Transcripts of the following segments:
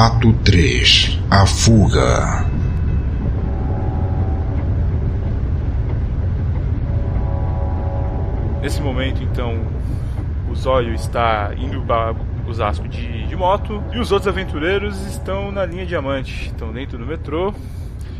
Ato 3 A Fuga Nesse momento, então, o Zóio está indo para Osasco de, de moto e os outros aventureiros estão na linha Diamante, estão dentro do metrô.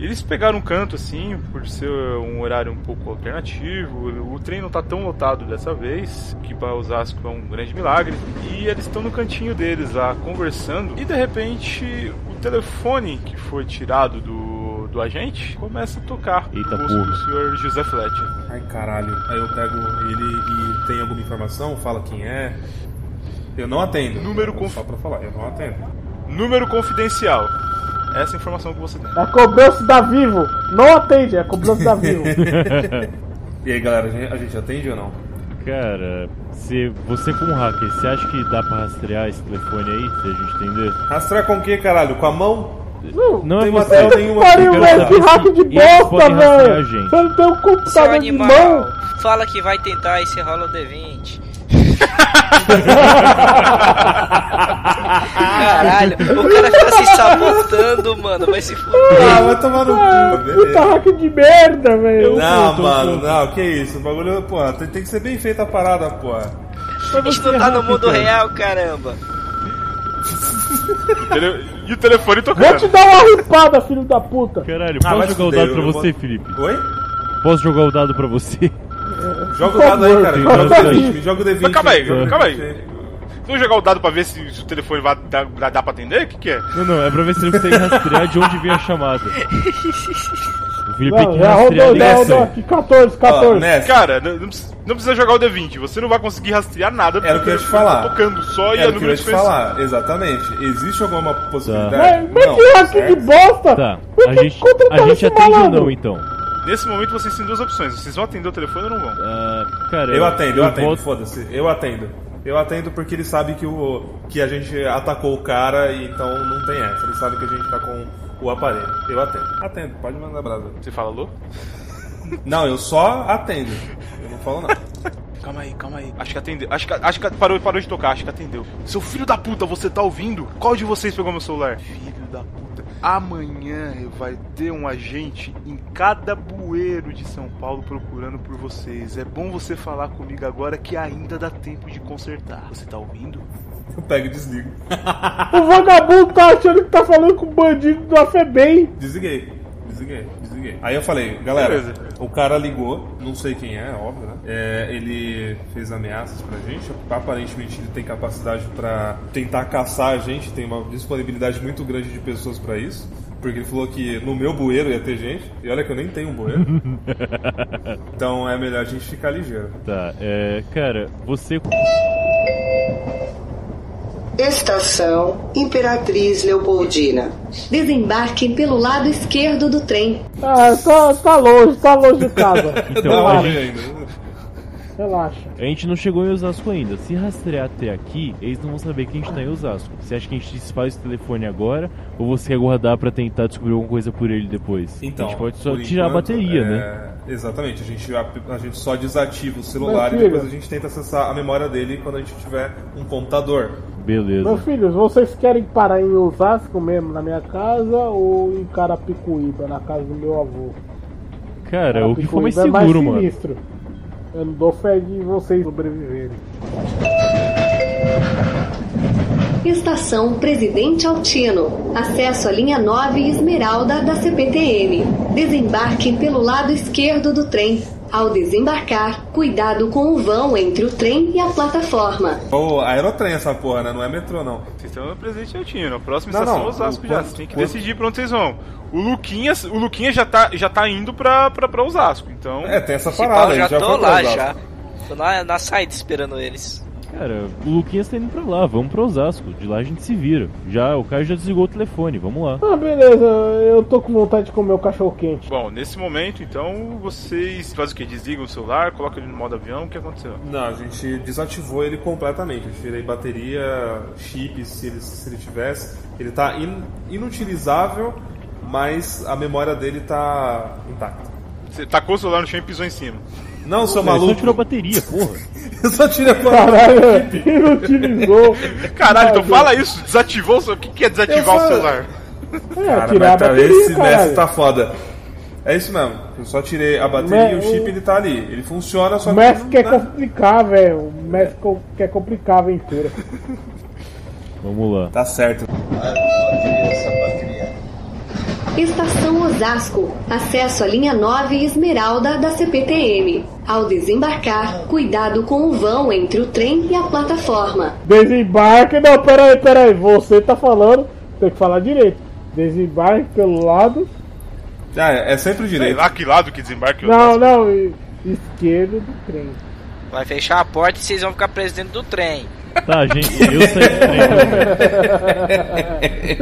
Eles pegaram um canto assim, por ser um horário um pouco alternativo. O trem não está tão lotado dessa vez, que para Osasco é um grande milagre. E eles estão no cantinho deles lá conversando. E de repente, o telefone que foi tirado do, do agente começa a tocar. Eita no porra. do senhor José Fletcher. Ai caralho. Aí eu pego ele e tem alguma informação, fala quem é. Eu não atendo. Número conf- Só pra falar, eu não atendo. Número confidencial. Essa é a informação que você tem. É cobrança da Vivo. Não atende, é cobrança da Vivo. E aí galera, a gente- a gente atende ou não? Cara, se você como hacker, você acha que dá pra rastrear esse telefone aí? Se a gente entender? Rastrear com o que, caralho? Com a mão? Não, Não Tem um- é uma você. tela nenhuma. pariu, eu velho. quero Que saber hack de se eles bosta, podem rastrear a velho. gente. Você não tem um Seu computador de animal, mão. fala que vai tentar e você rola o D20. Caralho, o cara fica se sabotando, mano. Vai se fuder. Ah, vai tomar no Ah, cu, Puta beleza. hack de merda, velho. Não, tô mano, puto. não, que isso, o bagulho, pô, tem, tem que ser bem feita a parada, pô. Ah, A gente não tá no mundo real, caramba. Tele- E o telefone Vou te tocando. dar uma ripada, filho da puta. Caralho, Ah, vai posso jogar o fuder, dado pra eu você, vou- Felipe? Oi? Posso jogar o dado pra você? Joga o Por dado aí, favor, cara, tem joga o bastante. D20, me joga o D20. Mas calma aí, Joga o calma aí. D20. Vamos jogar o dado pra ver se, se o telefone vai dar, dá- dá pra atender? O que, que é? Não, não, é pra ver se ele consegue rastrear de onde veio a chamada. O Felipe tem Não, que é, já rastrear a rodou, já ligação. rodou aqui. 14, Ó, 14. né? Ness, Cara, não, não precisa, não precisa jogar o D20, você não vai conseguir rastrear nada Era o que eu ia te telefone tá falar. tocando só e é era o que eu número ia te desconhecido. falar, exatamente. Existe alguma Mas possibilidade? mas é que hack de certo? bosta. Tá, Por a que gente, a contrataram gente esse atende ou malandro? não, então? Nesse momento vocês têm duas opções, vocês vão atender o telefone ou não vão. Ah, cara, Eu atendo, eu atendo, volto- foda-se, eu atendo. Eu atendo porque ele sabe que, o, que a gente atacou o cara, e então não tem essa. Ele sabe que a gente tá com o aparelho. Eu atendo. Atendo, pode mandar brasa. Você fala alô? Não, eu só atendo. Eu não falo nada. Calma aí, calma aí. Acho que atendeu. Acho que, acho que parou, parou de tocar, acho que atendeu. Seu filho da puta, você tá ouvindo? Qual de vocês pegou meu celular? Filho da puta. Amanhã vai ter um agente em cada bueiro de São Paulo procurando por vocês. É bom você falar comigo agora que ainda dá tempo de consertar. Você tá ouvindo? Eu pego e desligo. O vagabundo tá achando que tá falando com o bandido da FEBEM. Desliguei. Desliguei, desliguei. Aí eu falei, galera, Beleza. o cara ligou, não sei quem é, óbvio, né? É, ele fez ameaças pra gente. Aparentemente ele tem capacidade pra tentar caçar a gente, tem uma disponibilidade muito grande de pessoas pra isso. Porque ele falou que no meu bueiro ia ter gente, e olha que eu nem tenho um bueiro. então é melhor a gente ficar ligeiro. Tá, é, cara, você Estação Imperatriz Leopoldina. Desembarque pelo lado esquerdo do trem. Ah, tá, tá longe, tá longe de casa. Não, Então, a hoje gente- ainda. Relaxa. A gente não chegou em Osasco ainda. Se rastrear até aqui, eles não vão saber que a gente tá em Osasco. Você acha que a gente desfaz esse telefone agora? Ou você quer guardar pra tentar descobrir alguma coisa por ele depois? Então, a gente pode só por tirar enquanto, a bateria, é, né? Exatamente, a gente, a, a gente só desativa o celular Meu e depois a filho. gente tenta acessar a memória dele quando a gente tiver um computador. Beleza. Meus filhos, vocês querem parar em Osasco mesmo, na minha casa, ou em Carapicuíba, na casa do meu avô? Cara, o que for mais Carapicuíba é mais seguro, mano. sinistro. Eu não dou fé de vocês sobreviverem. Estação Presidente Altino. Acesso à linha 9 Esmeralda da CPTM. Desembarque pelo lado esquerdo do trem. Ao desembarcar, cuidado com o vão entre o trem e a plataforma. Ou aerotrem essa porra, né? Não é metrô, não. Vocês estão no presente altinho, na próxima Não, estação não, Osasco o já. quanto- Vocês têm que quanto- decidir pra onde vocês vão. O Luquinhas, o Luquinhas já tá, já tá indo pra, pra, pra Osasco, então. É, tem essa Se parada. pá, eu a gente já tô foi pra lá Osasco. já. Tô na, na saída esperando eles. Cara, o Luquinhas tá indo pra lá, vamos pra Osasco. De lá a gente se vira. Já, o Caio já desligou o telefone, vamos lá. Ah, beleza, eu tô com vontade de comer o cachorro quente. Bom, nesse momento, então, vocês fazem o que? Desligam o celular, colocam ele no modo avião, o que aconteceu? Não, a gente desativou ele completamente. Eu tirei bateria, chip, se ele, se ele tivesse. Ele tá in- inutilizável, mas a memória dele tá intacta. Você tacou o celular no chão e pisou em cima. Não, seu Ele só maluco. tirou a bateria, porra. Eu só tirei a placa. Caralho, inutilizou. Caralho, então fala isso. Desativou o seu. O que que é desativar Eu só- o celular? É, Cara, tirar a mas tá, bateria, esse caralho. mestre tá foda. É isso mesmo. Eu só tirei a bateria e o Mas chip o- ele tá ali. Ele funciona só O que Messi não tá- quer dá- complicar, velho. O Messi co- quer complicar a aventura. Vamos lá. Tá certo. Estação Osasco. Acesso à linha 9 Esmeralda da CPTM. Ao desembarcar, cuidado com o vão entre o trem e a plataforma. Desembarque, não, peraí, peraí. Você tá falando, tem que falar direito. Desembarque pelo lado. Ah, é é sempre Sei direito. lá que lado que desembarque. Não, não, e- esquerdo do trem. Vai fechar a porta e vocês vão ficar presos dentro do trem. Tá, gente, eu saí do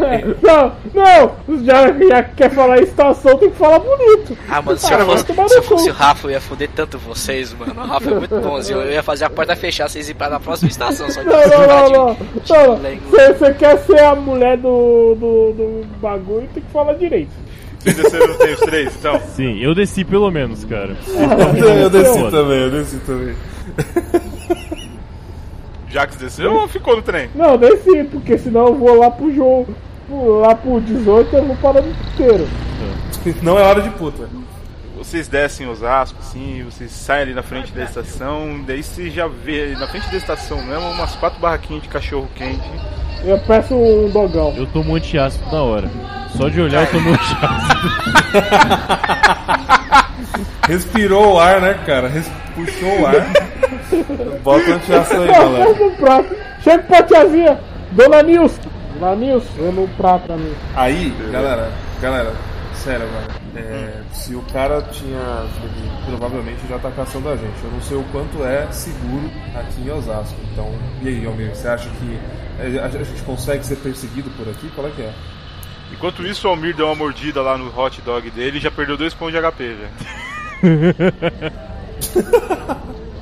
trem. Não, não, já, já que quer falar estação, tem que falar bonito. Ah, mano, se Cara, eu vai fosse, tomar se eu no fosse cu. o Rafa, eu ia foder tanto vocês, mano. O Rafa é muito bonzinho. Eu ia fazer a porta fechar, vocês irem pra na próxima estação. Só de Não, não, não, saudade, não. de- de Não, moleque. Você você quer ser a mulher do, do, do bagulho, tem que falar direito. Vocês desceram no Tails 3, então. Sim, assim. eu desci pelo menos, cara. Eu desci Foda. também, eu desci também. Já que você desceu ou ficou no trem? Não, desci, porque senão eu vou lá pro jogo. pro- Lá pro 18 eu vou parar no inteiro. Não é hora de puta. Vocês descem Osasco, assim, vocês saem ali na frente da estação, daí você já vê na frente da estação mesmo umas quatro barraquinhas de cachorro quente. Eu peço um dogão. Eu tomo antiácido na hora. Só de olhar eu tomo antiácido. Respirou o ar, né, cara? Res- Puxou o ar. Bota o antiação aí, Eu galera. vou no Um prato. Chega pra tiazinha. Dona Nilson. Dona Nilson, eu no prato pra mim. Aí, galera, galera, sério, velho. É, se o cara tinha. Ele provavelmente já tá caçando a gente. Eu não sei o quanto é seguro aqui em Osasco. Então, e aí, amigo, você acha que a a gente consegue ser perseguido por aqui? Qual é que é? Enquanto isso, o Almir deu uma mordida lá no hot dog dele e já perdeu dois pontos de HP, velho.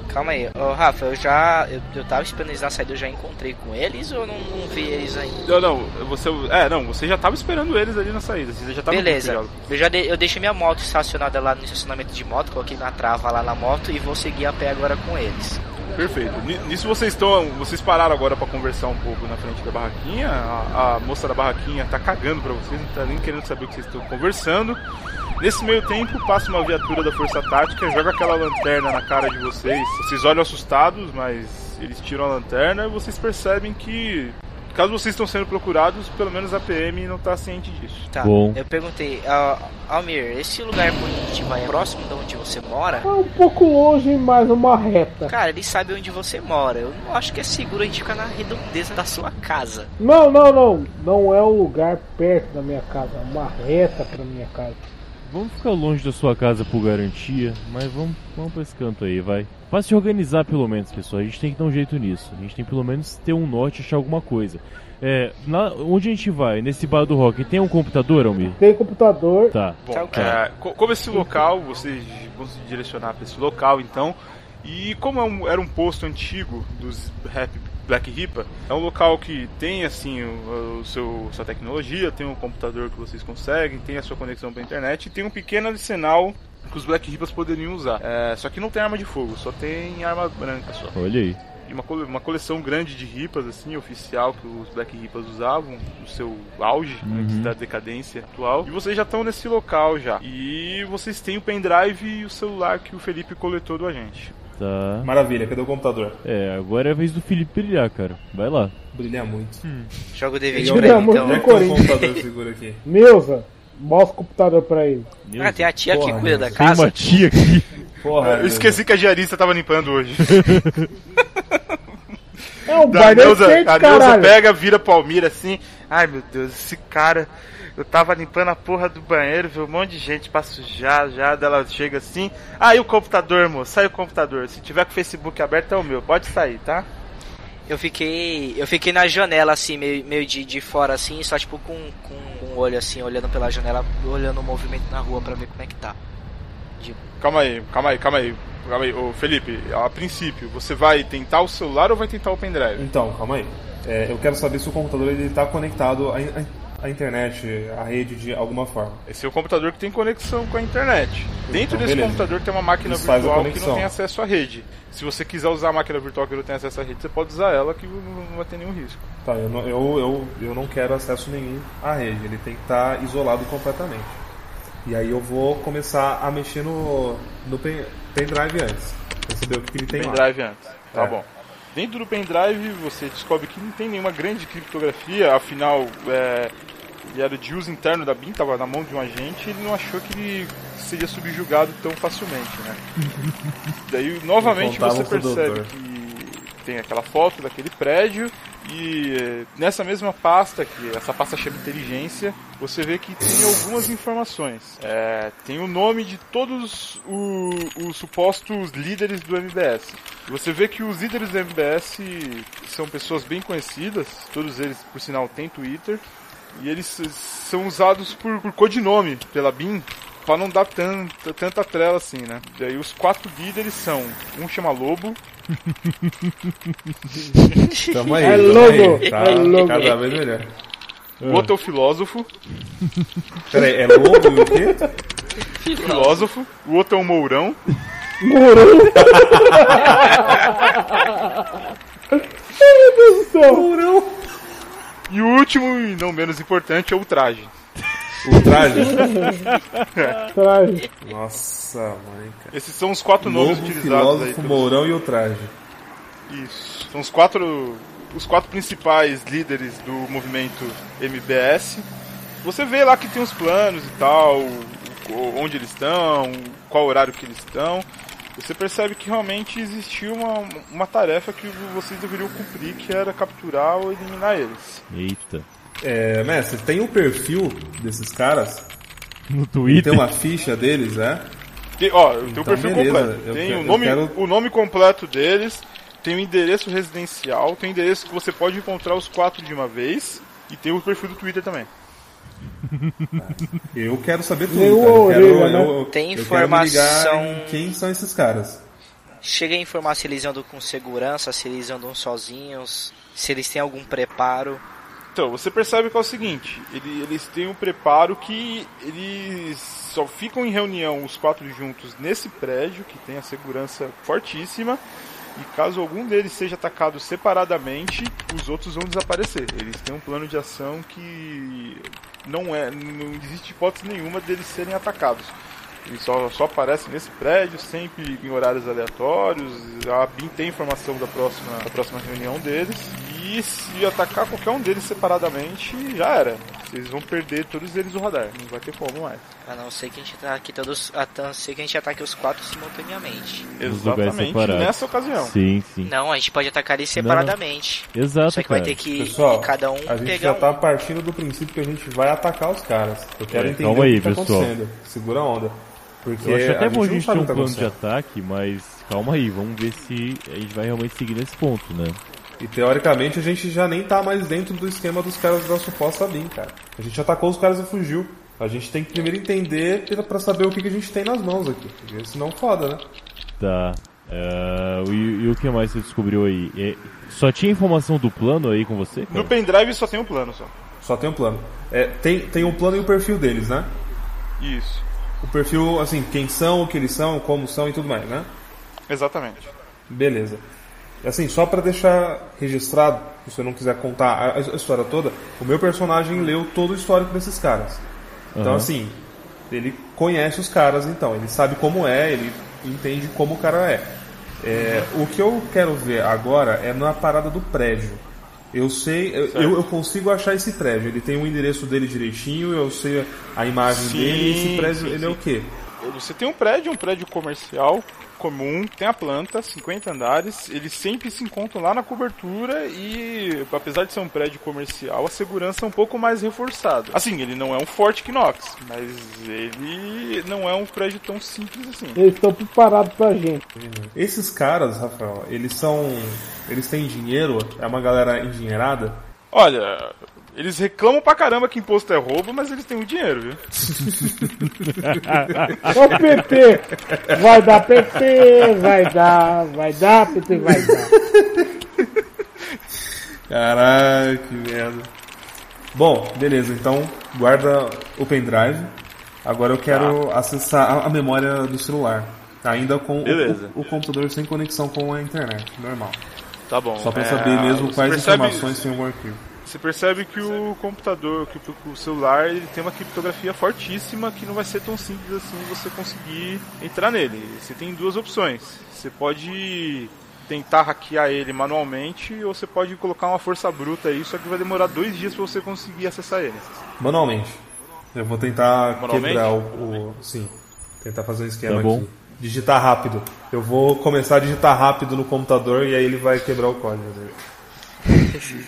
Calma aí, ô Rafa, eu já. Eu, eu tava esperando eles na saída, eu já encontrei com eles ou eu não, não vi eles Não, ainda? não, você. É, não, você já tava esperando eles ali na saída. assim, Você já tava Tá no Beleza, diálogo. eu já de- eu deixei minha moto estacionada lá no estacionamento de moto, coloquei na trava lá na moto e vou seguir a pé agora com eles. Perfeito. Ni- Nisso vocês estão. Vocês pararam agora pra conversar um pouco na frente da barraquinha. A, a moça da barraquinha tá cagando pra vocês, não tá nem querendo saber o que vocês estão conversando. Nesse meio tempo, passa uma viatura da Força Tática, joga aquela lanterna na cara de vocês. Vocês olham assustados, mas eles tiram a lanterna e vocês percebem que. Caso vocês estão sendo procurados, pelo menos a PM não tá ciente disso. Tá, Bom. eu perguntei, ah, Almir, esse lugar por onde a gente vai é próximo de onde você mora? É um pouco longe, mas uma reta. Cara, eles sabem onde você mora. Eu não acho que é seguro a gente ficar na redondeza da sua casa. Não, não, não. Não é um lugar perto da minha casa. é Uma reta pra minha casa. Vamos ficar longe da sua casa por garantia, mas vamos, vamos pra esse canto aí, vai. Pra se organizar pelo menos, pessoal. A gente tem que dar um jeito nisso. A gente tem pelo menos ter um norte, achar alguma coisa. É, na- onde a gente vai? Nesse bar do rock, tem um computador, Almir? Tem computador. Tá. Bom, Tá ok. é, co- como esse local, vocês vão se direcionar para esse local então. E como é um- era um posto antigo dos rap Black Ripa, é um local que tem assim o, o seu sua tecnologia, tem um computador que vocês conseguem, tem a sua conexão para internet e tem um pequeno arsenal que os Black Ripas poderiam usar. É, só que não tem arma de fogo, só tem arma branca só. Olha aí. E uma, cole- uma coleção grande de ripas, assim, oficial, que os Black Ripas usavam, no seu auge, antes da decadência atual. E vocês já estão nesse local já. E vocês têm o pendrive e o celular que o Felipe coletou do agente. Tá. Maravilha, cadê o computador? É, agora é a vez do Felipe brilhar, cara. Vai lá. Brilha muito. Joga o Ele olha, D20 pra ele, amor Onde é então. que tem um computador seguro aqui? Neuza, mostra o computador pra ele. Meu Ah, tem a tia que Porra, cuida meu. da Tem uma casa. tia aqui. Porra, Eu esqueci que a diarista tava limpando hoje. É um Da baile Neuza, decente, a Neuza caralho. pega, vira Palmira assim. Ai meu Deus, esse cara. Eu tava limpando a porra do banheiro, viu um monte de gente pra sujar já. daí Ela chega assim. Aí o computador, moço, sai o computador. Se tiver com o Facebook aberto, é o meu, pode sair, tá? Eu fiquei. Eu fiquei na janela, assim, meio, meio de, de fora assim, só tipo com, com, com o olho assim, olhando pela janela, olhando o movimento na rua pra ver como é que tá. Calma aí, calma aí, calma aí. Calma aí, ô Felipe, a princípio, você vai tentar o celular ou vai tentar o pendrive? Então, calma aí. É, eu quero saber se o computador ele tá conectado à, in- à a internet, a rede de alguma forma. Esse é o computador que tem conexão com a internet. Dentro desse Então, beleza. computador tem uma máquina Isso faz a virtual que não conexão. tem acesso à rede. Se você quiser usar a máquina virtual que não tem acesso à rede, você pode usar ela que não não vai ter nenhum risco. Tá, eu não, eu, eu, eu não quero acesso nenhum à rede, ele tem que estar isolado completamente. E aí eu vou começar a mexer no, no pen, pendrive antes, pra saber o que, que ele tem lá. Pendrive antes. Tá É. bom. Dentro do pendrive você descobre que não tem nenhuma grande criptografia, afinal é, ele era de uso interno da BIM, estava na mão de um agente, ele não achou que ele seria subjugado tão facilmente, né? Daí novamente Não você contava com o percebe doutor. que tem aquela foto daquele prédio e eh, nessa mesma pasta que essa pasta chama inteligência, você vê que tem algumas informações. É, tem o nome de todos o- os supostos líderes do MBS. Você vê que os líderes do MBS são pessoas bem conhecidas, todos eles por sinal têm Twitter e eles são usados por, por codinome pela BIM pra não dar tanta, tanta trela assim, né? E aí os quatro líderes são, um chama Lobo, Tamo aí, É tamo logo, aí. Tá é logo. cada vez melhor. o outro é o filósofo, Peraí, é logo e o quê? filósofo, o outro é o Mourão, e o último, e não menos importante, é o traje. O traje? Traz. Nossa, mãe, cara. Esses são os quatro nomes Lobo, utilizados aí. filósofo, pelos- mourão e o traje. Isso. São os quatro, os quatro principais líderes do movimento MBS. Você vê lá que tem os planos e tal, o- onde eles estão, qual horário que eles estão. Você percebe que realmente existia uma, uma tarefa que vocês deveriam cumprir, que era capturar ou eliminar eles. Eita. É, mestre, tem o perfil desses caras? No Tem Twitter. uma ficha deles, né? Tem, ó, tem o Então, perfil beleza. completo. Eu tem que- o eu nome, quero- o nome completo deles, tem o endereço residencial, tem o endereço que você pode encontrar os quatro de uma vez, e tem o perfil do Twitter também. Eu quero saber tudo. Nenhuma cara. Eu quero- orelha, né? eu- eu Tem quero me ligar em informação- Quem são esses caras? Chega a informar se eles andam com segurança, se eles andam sozinhos, se eles têm algum preparo. Então, você percebe que é o seguinte, ele- eles têm um preparo que eles só ficam em reunião os quatro juntos nesse prédio, que tem a segurança fortíssima, e caso algum deles seja atacado separadamente, os outros vão desaparecer. Eles têm um plano de ação que não é, não existe hipótese nenhuma deles serem atacados. Eles só, só aparecem nesse prédio, sempre em horários aleatórios. A BIM tem informação da próxima, da próxima reunião deles. E se atacar qualquer um deles separadamente, já era. Eles vão perder todos eles o radar. Não vai ter como mais. A não ser que a gente ataque todos. A não ser que a gente ataque os quatro simultaneamente. Nos lugares Exatamente separados. nessa ocasião. Sim, sim. Não, a gente pode atacar eles separadamente. Exato, Só que cara. vai ter que Pessoal, ir cada um a gente pegar já tá partindo do princípio que a gente vai atacar os caras. Eu quero É, entender calma o que aí, tá pessoal. acontecendo. Segura a onda. Porque Eu acho até a bom a gente não gente ter sabe o um que tá plano de acontecendo. ataque, mas calma aí, vamos ver se a gente vai realmente seguir nesse ponto, né? E teoricamente a gente já nem tá mais dentro do esquema dos caras da suposta BIM, cara. A gente atacou os caras e fugiu. A gente tem que primeiro entender para saber o que, que a gente tem nas mãos aqui. Porque senão foda, né? Tá. Ah, e, e o que mais você descobriu aí? É, só tinha informação do plano aí com você? No Cara? pendrive só tem um plano só. Só tem um plano. É, tem, tem um plano e o perfil deles, né? Isso. O perfil, assim, quem são, o que eles são, como são e tudo mais, né? Exatamente. Beleza. Assim, só pra deixar registrado, se você não quiser contar a, a história toda, o meu personagem leu todo o histórico desses caras. Então, Aham. assim, ele conhece os caras, então, ele sabe como é, ele entende como o cara é. É, O que eu quero ver agora é na parada do prédio. Eu sei, eu, eu, eu consigo achar esse prédio. Ele tem o endereço dele direitinho, eu sei a imagem Sim, dele. e Esse prédio, sim, ele é sim. o quê? Você tem um prédio, um prédio comercial comum, tem a planta, 50 andares, eles sempre se encontram lá na cobertura e, apesar de ser um prédio comercial, a segurança é um pouco mais reforçada. Assim, ele não é um forte Knox, mas ele não é um prédio tão simples assim. Eles estão preparados pra gente. Esses caras, Rafael, eles são. Eles têm dinheiro, é uma galera endinheirada. Olha, eles reclamam pra caramba que imposto é roubo, mas eles têm o dinheiro, viu? Ô PT! Vai dar PT, vai dar, vai dar, PT, vai dar. Caralho, que merda. Bom, beleza, então guarda o pendrive. Agora eu quero Tá. acessar a, a memória do celular. Ainda com o- Beleza. o, o computador sem conexão com a internet, normal. Tá bom. Só pra é, saber mesmo você quais percebe- informações tem o arquivo. Você percebe que o computador, que o- o celular, ele tem uma criptografia fortíssima que não vai ser tão simples assim você conseguir entrar nele. Você tem duas opções. Você pode tentar hackear ele manualmente ou você pode colocar uma força bruta aí, só que vai demorar dois dias pra você conseguir acessar ele. Manualmente. Eu vou tentar Manualmente? quebrar o, o- Sim. Tentar fazer um esquema Tá bom. aqui. Digitar rápido. Eu vou começar a digitar rápido no computador e aí ele vai quebrar o código dele.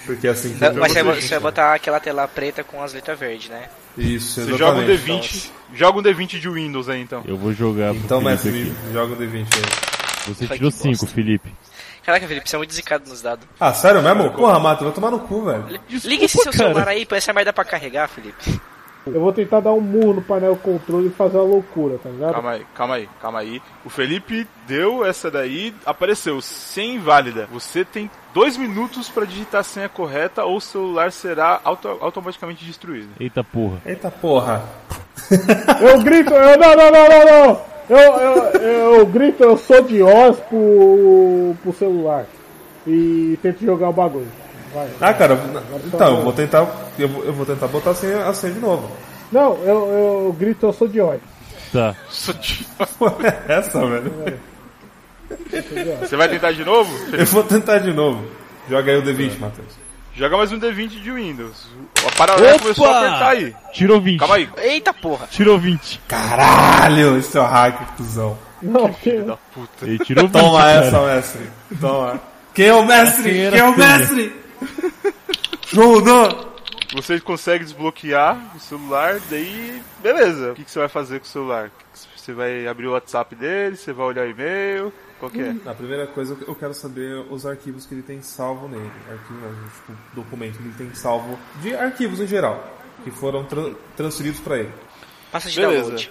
Porque é assim que Não, mas você eu vai, você vai botar aquela tela preta com as letras verdes, né? Isso, Você joga um exatamente. D20, joga um D20 de Windows aí então. Eu vou jogar Então, pro mestre, Felipe aqui. me joga o D20 aí. Você Ai, tirou que 5, bosta. Felipe. Caraca, Felipe, você é muito zicado nos dados. Ah, sério mesmo? Porra, Mato, vai tomar no cu, velho. Liga esse seu cara. celular aí, põe essa é merda pra carregar, Felipe. Eu vou tentar dar um murro no painel controle e fazer uma loucura, tá ligado? Calma aí, calma aí, calma aí. O Felipe deu essa daí, apareceu sem inválida. Você tem dois minutos pra digitar a senha correta ou o celular será auto- automaticamente destruído. Eita porra. Eita porra. Eu grito, eu não, não, não, não, não. Eu, eu, eu grito, eu sou de Oz pro, pro celular. E tento jogar o bagulho. Vai. Ah, cara, então, eu vou tentar. Eu vou, eu vou tentar botar a senha, a senha de novo. Não, eu, eu grito, eu sou de Oz. Tá. Pô, é essa, velho. Você vai tentar de novo? Felipe? Eu vou tentar de novo. Joga aí o D20, Matheus. Joga mais um D20 de Windows. A paralela começou a apertar aí. Tirou 20. Calma aí. Eita porra! Tirou 20. Caralho, esse é o hack, cuzão. Não, que... Da puta. Ele tirou 20. Toma cara. essa, mestre. Toma. Quem é o mestre? Terceira Quem é o filha. mestre? Judô! Você consegue desbloquear o celular, daí beleza. O que, que você vai fazer com o celular? Você vai abrir o WhatsApp dele, você vai olhar o e-mail, qual que é? A primeira coisa, eu quero saber os arquivos que ele tem salvo nele. Arquivo, não, tipo, documento que ele tem salvo. De arquivos em geral. Que foram tran- transferidos pra ele. Passa de Beleza. download.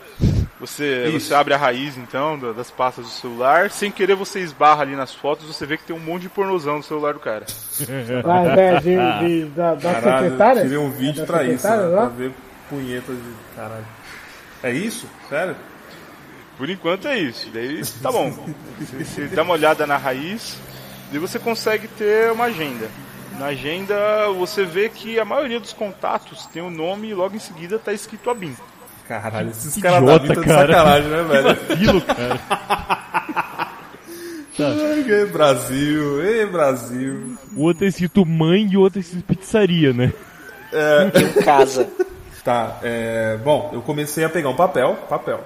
Você, Isso. você abre a raiz então da- das pastas do celular, sem querer você esbarra ali nas fotos, você vê que tem um monte de pornozão no celular do cara. Ah, é, de, de, da, É da Caralho, secretária? eu tirei um vídeo Da pra isso, secretária né? lá? Pra ver punhetas de. Caralho. É isso? Sério? Por enquanto é isso, daí tá bom. Você, você dá uma olhada na raiz e você consegue ter uma agenda. Na agenda você vê que a maioria dos contatos tem o nome e logo em seguida tá escrito Abin. Caralho, esses Que caras da idiota, vida estão de cara. sacanagem, né, velho? Vacilo, cara. Ai, que Brasil, ei Brasil. O outro é escrito mãe e o outro é escrito pizzaria, né? Em casa. Tá, é, bom, eu comecei a pegar um papel, papel,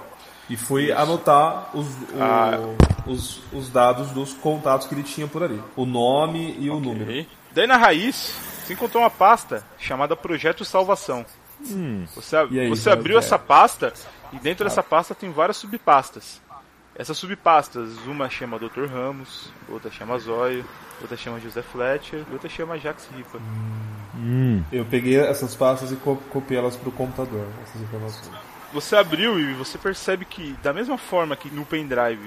e fui anotar os, o- Ah. os, os dados dos contatos que ele tinha por ali. O nome e o número. Ok. Daí na raiz, você encontrou uma pasta chamada Projeto Salvação. Você, Hum, E aí, você qual abriu que é? essa pasta e dentro dessa pasta tem várias subpastas. Essas subpastas, uma chama Dr. Ramos, outra chama Zóio, outra chama José Fletcher, outra chama Jax Ripa. Eu peguei essas pastas e co- copiei elas pro computador, essas informações. Você abriu e você percebe que, da mesma forma que no pendrive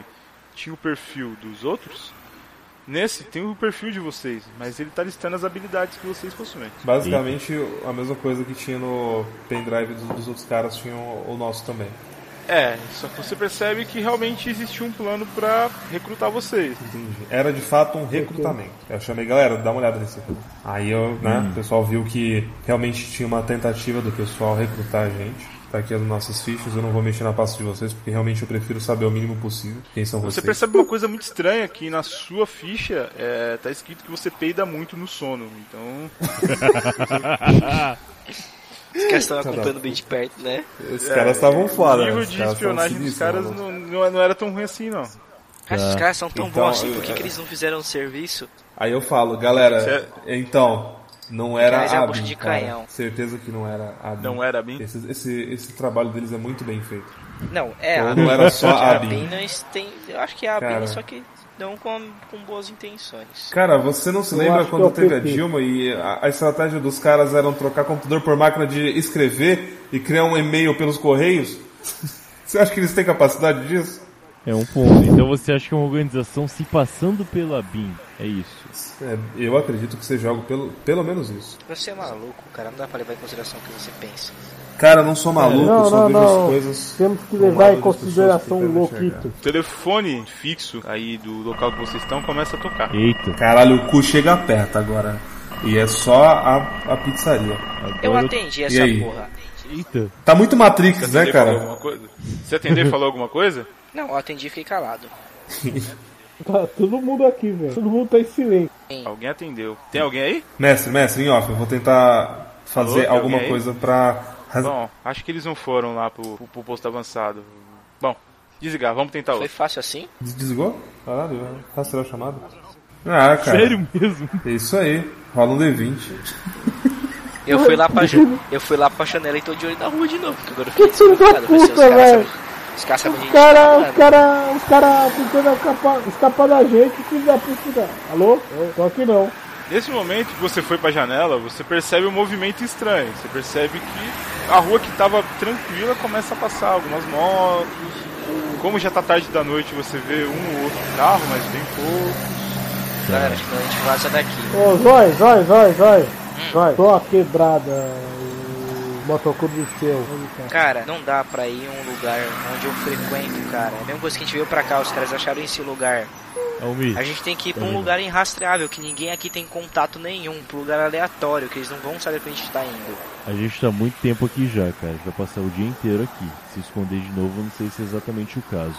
tinha o perfil dos outros, nesse tem o perfil de vocês, mas ele está listando as habilidades que vocês possuem. Basicamente a mesma coisa que tinha no pendrive dos, dos outros caras, tinha o, o nosso também. É, só que você percebe que realmente existe um plano pra recrutar vocês. Entendi. Era de fato um recrutamento. Eu chamei, galera, dá uma olhada nisso aqui. Aí eu, né, Hum. o pessoal viu que realmente tinha uma tentativa do pessoal recrutar a gente. Tá aqui as nossas fichas, eu não vou mexer na pasta de vocês, porque realmente eu prefiro saber o mínimo possível quem são Você vocês. percebe uma coisa muito estranha que na sua ficha é, tá escrito que você peida muito no sono. Então, Os caras Tá estão acompanhando bem de perto, né? Esses caras estavam foda. é, o né? nível Esses de caras estavam espionagem dos sinistros, né, caras mano. não, não não era tão ruim assim, não. Cara, esses caras são tão Então, bons assim, por que, eu- que eles não fizeram o serviço? Aí eu falo, galera, Cê- então, não era Cara, já Abin, bucha de cara. canhão. Certeza que não era Abin. Não era bem. Esse, esse, esse trabalho deles é muito bem feito. Não, é Então a não era só a Abin. Abin não tem. Eu acho que é a Cara. Abin, só que não com, com boas intenções. Cara, você não se Eu lembra acho que é quando o teve a PT. Dilma e a, a estratégia dos caras era trocar computador por máquina de escrever e criar um e-mail pelos correios? Você acha que eles têm capacidade disso? É um ponto. Então você acha que é uma organização se passando pela BIM. É isso. É, eu acredito que seja algo pelo, pelo menos isso. Você é maluco, cara. Não dá pra levar em consideração o que você pensa. Cara, eu não sou maluco, eu É, Não, só não, vejo não. as coisas. Temos que do levar lado em das pessoas consideração um que o querem Loquito. O telefone fixo aí do local que vocês estão começa a tocar. Eita, chegar. Caralho, o cu chega perto agora. E é só a, a pizzaria. agora Eu eu- atendi essa aí? porra. Eita. Tá muito Matrix, né, Atender falou cara? alguma coisa? Se atender falou alguma coisa? Não, eu atendi e fiquei calado. Tá todo mundo aqui, velho. Todo mundo tá em silêncio. Alguém atendeu. Tem alguém aí? Mestre, mestre, em off, eu vou tentar fazer tem alguma alguém aí? coisa pra. Bom, acho que eles não foram lá pro, pro, pro posto avançado. Bom, desligar, vamos tentar Foi outro. fácil assim? Des- Desligou? Caralho, tá será chamado? Ah, cara. Sério mesmo? É isso aí. Rola um D20. Eu fui lá pra, ju- eu fui lá pra janela e tô de olho na rua de novo. Porque agora eu fiquei Que filho da desesperado, vai ser os puta, caras velho. sabem- Os caras sabem onde a Os gente tá caras, os morando. caras, os caras tentando escapar, escapar da gente, filho da puta. Alô? Eu tô aqui não. Nesse momento que você foi pra janela, você percebe um movimento estranho. Você percebe que a rua que tava tranquila começa a passar algumas motos. Como já tá tarde da noite, você vê um ou outro carro, mas bem pouco. Galera, acho que a gente vaza daqui. Ô, Zói, Zói, Zói, Zói. Zói, tô a quebrada. O motoclube do seu. Cara, não dá pra ir em um lugar onde eu frequento, cara. É a mesma coisa que a gente veio pra cá, os caras acharam esse lugar. Almi, A gente tem que ir pra um lugar irrastreável, que ninguém aqui tem contato nenhum, pra um lugar aleatório, que eles não vão saber pra onde a gente tá indo. a gente tá muito tempo aqui já, cara. Já passar o dia inteiro aqui. Se esconder de novo, eu não sei se é exatamente o caso.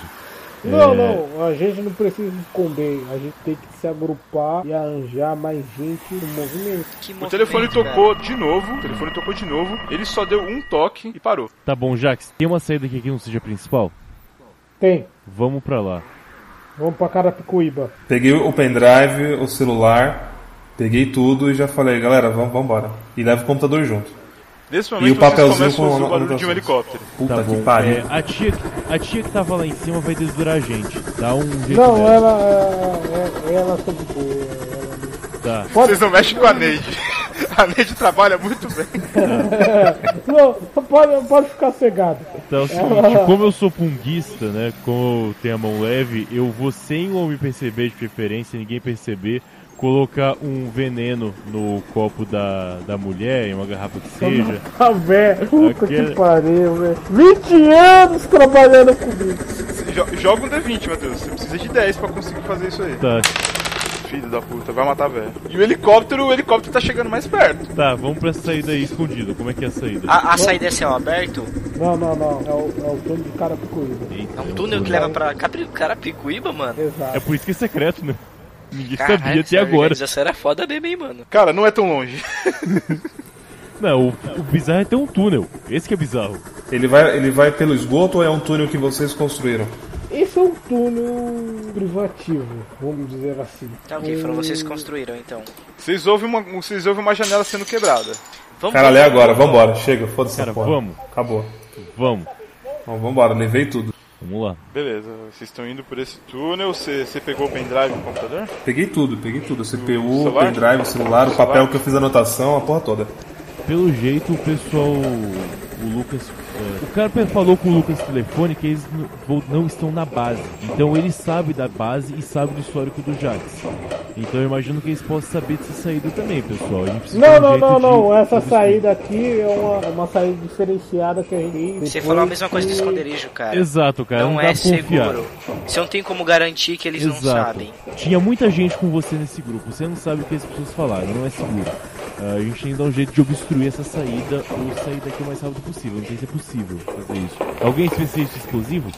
Não, É, não, a gente não precisa esconder, a gente tem que se agrupar e arranjar mais gente no movimento. Que O movimento, telefone cara. tocou de novo. O telefone tocou de novo. Ele só deu um toque e parou. Tá bom, Jax, tem uma saída aqui que não seja a principal? Tem, Vamos pra lá. vamos pra Carapicuíba. Peguei o pendrive, o celular, peguei tudo e já falei, galera, vamos vambora. E leva o computador junto. Nesse E o momento vocês papelzinho começam a com ouvir o a barulho de um anotação. helicóptero. Puta tá que bom. pariu. É, a, tia, que- a tia que tava lá em cima vai desdurar a gente. Dá um jeito Não, dela. ela, ela, ela tá de boa. ela- Tá. Vocês não mexem com a Neide. A Neide trabalha muito bem. Não, pode, pode ficar cegado. Então é o seguinte, como eu sou punguista, né? Como eu tenho a mão leve, eu vou sem o homem perceber de preferência, ninguém perceber, colocar um veneno no copo da, da mulher, em uma garrafa que seja. Ah, velho, puta Aquele- que pariu, velho. 20 anos trabalhando comigo. Jo- Joga um D20, Matheus. Você precisa de 10 pra conseguir fazer isso aí. Tá, Filho da puta, vai matar velho. E o helicóptero, o helicóptero tá chegando mais perto. tá, vamos pra saída aí escondida. Como é que é a saída? A, a saída é céu aberto? Não, não, não, é o, é o túnel de Carapicuíba. Eita, É um eu túnel vou- que leva pra Capri- Carapicuíba, mano? É Exato. por isso que é secreto, né? Ninguém Caralho, sabia essa até agora. organização era foda mesmo, hein, mano? Cara, não é tão longe. Não, o, o bizarro é ter um túnel. Esse que é bizarro. Tá Ele vai, ele vai pelo esgoto ou é um túnel que vocês construíram? Esse é um túnel privativo, vamos dizer assim. Tá ok, foram vocês Hum. que construíram, então. Vocês ouvem uma, vocês ouvem uma janela sendo quebrada. Vamos Caralho, é agora, vambora, chega, foda-se. Cara, essa porra. vamos. Acabou. Vamos, Bom, vambora, levei tudo. vamos lá. Beleza, vocês estão indo por esse túnel. Você você pegou o pendrive no computador? Peguei tudo, peguei tudo. O CPU, celular? pendrive, o celular, o papel que eu fiz a anotação, a porra toda. Pelo jeito, o pessoal. O Lucas. é, o Carper falou com o Lucas no telefone que eles n- vo- não estão na base. Então ele sabe da base e sabe do histórico do Jax. Então eu imagino que eles possam saber dessa saída também, pessoal. A gente precisa dar Não, um não, jeito não, de- não. Essa de- saída aqui é uma, é uma saída diferenciada que a gente. Você depois falou a mesma coisa do que- esconderijo, cara. Exato, cara. Hum. Não, Não dá é pra confiar. seguro. Você não tem como garantir que eles não Exato. sabem. Tinha muita gente com você nesse grupo. Você não sabe o que as pessoas falaram. Não é seguro. Ah, a gente tem que dar um jeito de obstruir essa saída ou sair daqui o mais rápido possível. Não sei se é possível fazer isso. Alguém é especialista explosivo?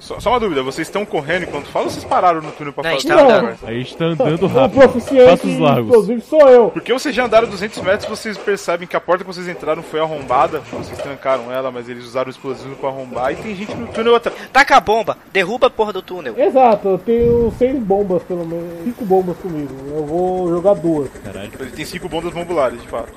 Só, só uma dúvida, vocês estão correndo enquanto fala ou vocês pararam no túnel pra Não, a fazer gente a tá Não. andando. A gente tá andando rápido. O Um proficiente, Passos largos. inclusive, sou eu. Porque vocês já andaram 200 metros, vocês percebem que a porta que vocês entraram foi arrombada. Vocês trancaram ela, mas eles usaram o explosivo pra arrombar. E tem gente no túnel atrás. Taca a bomba, derruba a porra do túnel. Exato, eu tenho seis bombas, pelo menos. Cinco bombas comigo. Eu vou jogar duas. Caralho. Ele tem cinco bombas bombulares, de fato.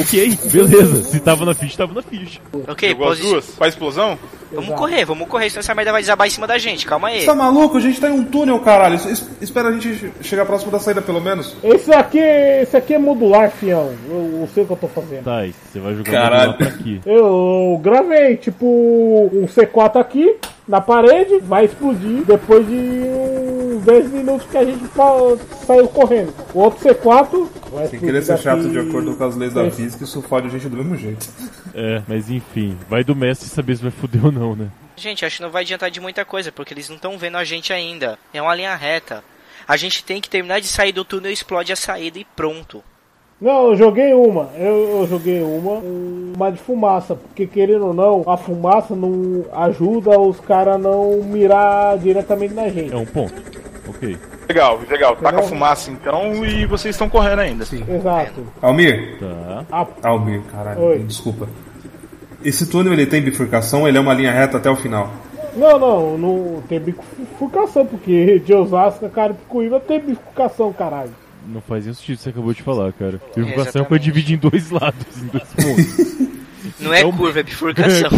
Ok, beleza. Se tava na ficha, tava na ficha. Ok, Jogou as posi... duas? Faz explosão? Vamos Exato. correr, vamos correr, senão essa merda vai desabar em cima da gente, calma aí. Você tá maluco? A gente tá em um túnel, caralho. Es- Espera a gente chegar próximo da saída, pelo menos. Esse aqui, esse aqui é modular, fião. Eu, eu sei o que eu tô fazendo. Tá, você vai jogar Caralho. modular pra aqui. Eu gravei, tipo, um C4 aqui, na parede, vai explodir depois de uns 10 minutos que a gente sa- saiu correndo. O outro C4 vai Sem explodir. querer ser daqui- chato de acordo com as leis da É. física, isso fode a gente do mesmo jeito. É, mas enfim, vai do mestre saber se vai foder ou não, né? Gente, acho que não vai adiantar de muita coisa, porque eles não estão vendo a gente ainda. É uma linha reta. A gente tem que terminar de sair do túnel, explode a saída e pronto. Não, eu joguei uma. Eu, eu joguei uma, uma de fumaça. Porque querendo ou não, a fumaça não ajuda os caras não mirar diretamente na gente. É um ponto. Ok. Legal, legal. Taca a fumaça então e vocês estão correndo ainda. Exato. Almir, Ah, Tá. Almir, caralho, Oi. desculpa. Esse túnel ele tem bifurcação, ele é uma linha reta até o final. Não, não, não tem bifurcação, porque de Osasco, cara, Picuíba tem bifurcação, caralho. Não faz nenhum sentido o que você acabou de falar, cara. Bifurcação é Exatamente. quando divide em dois lados, em dois pontos. Não é Então, curva, é bifurcação.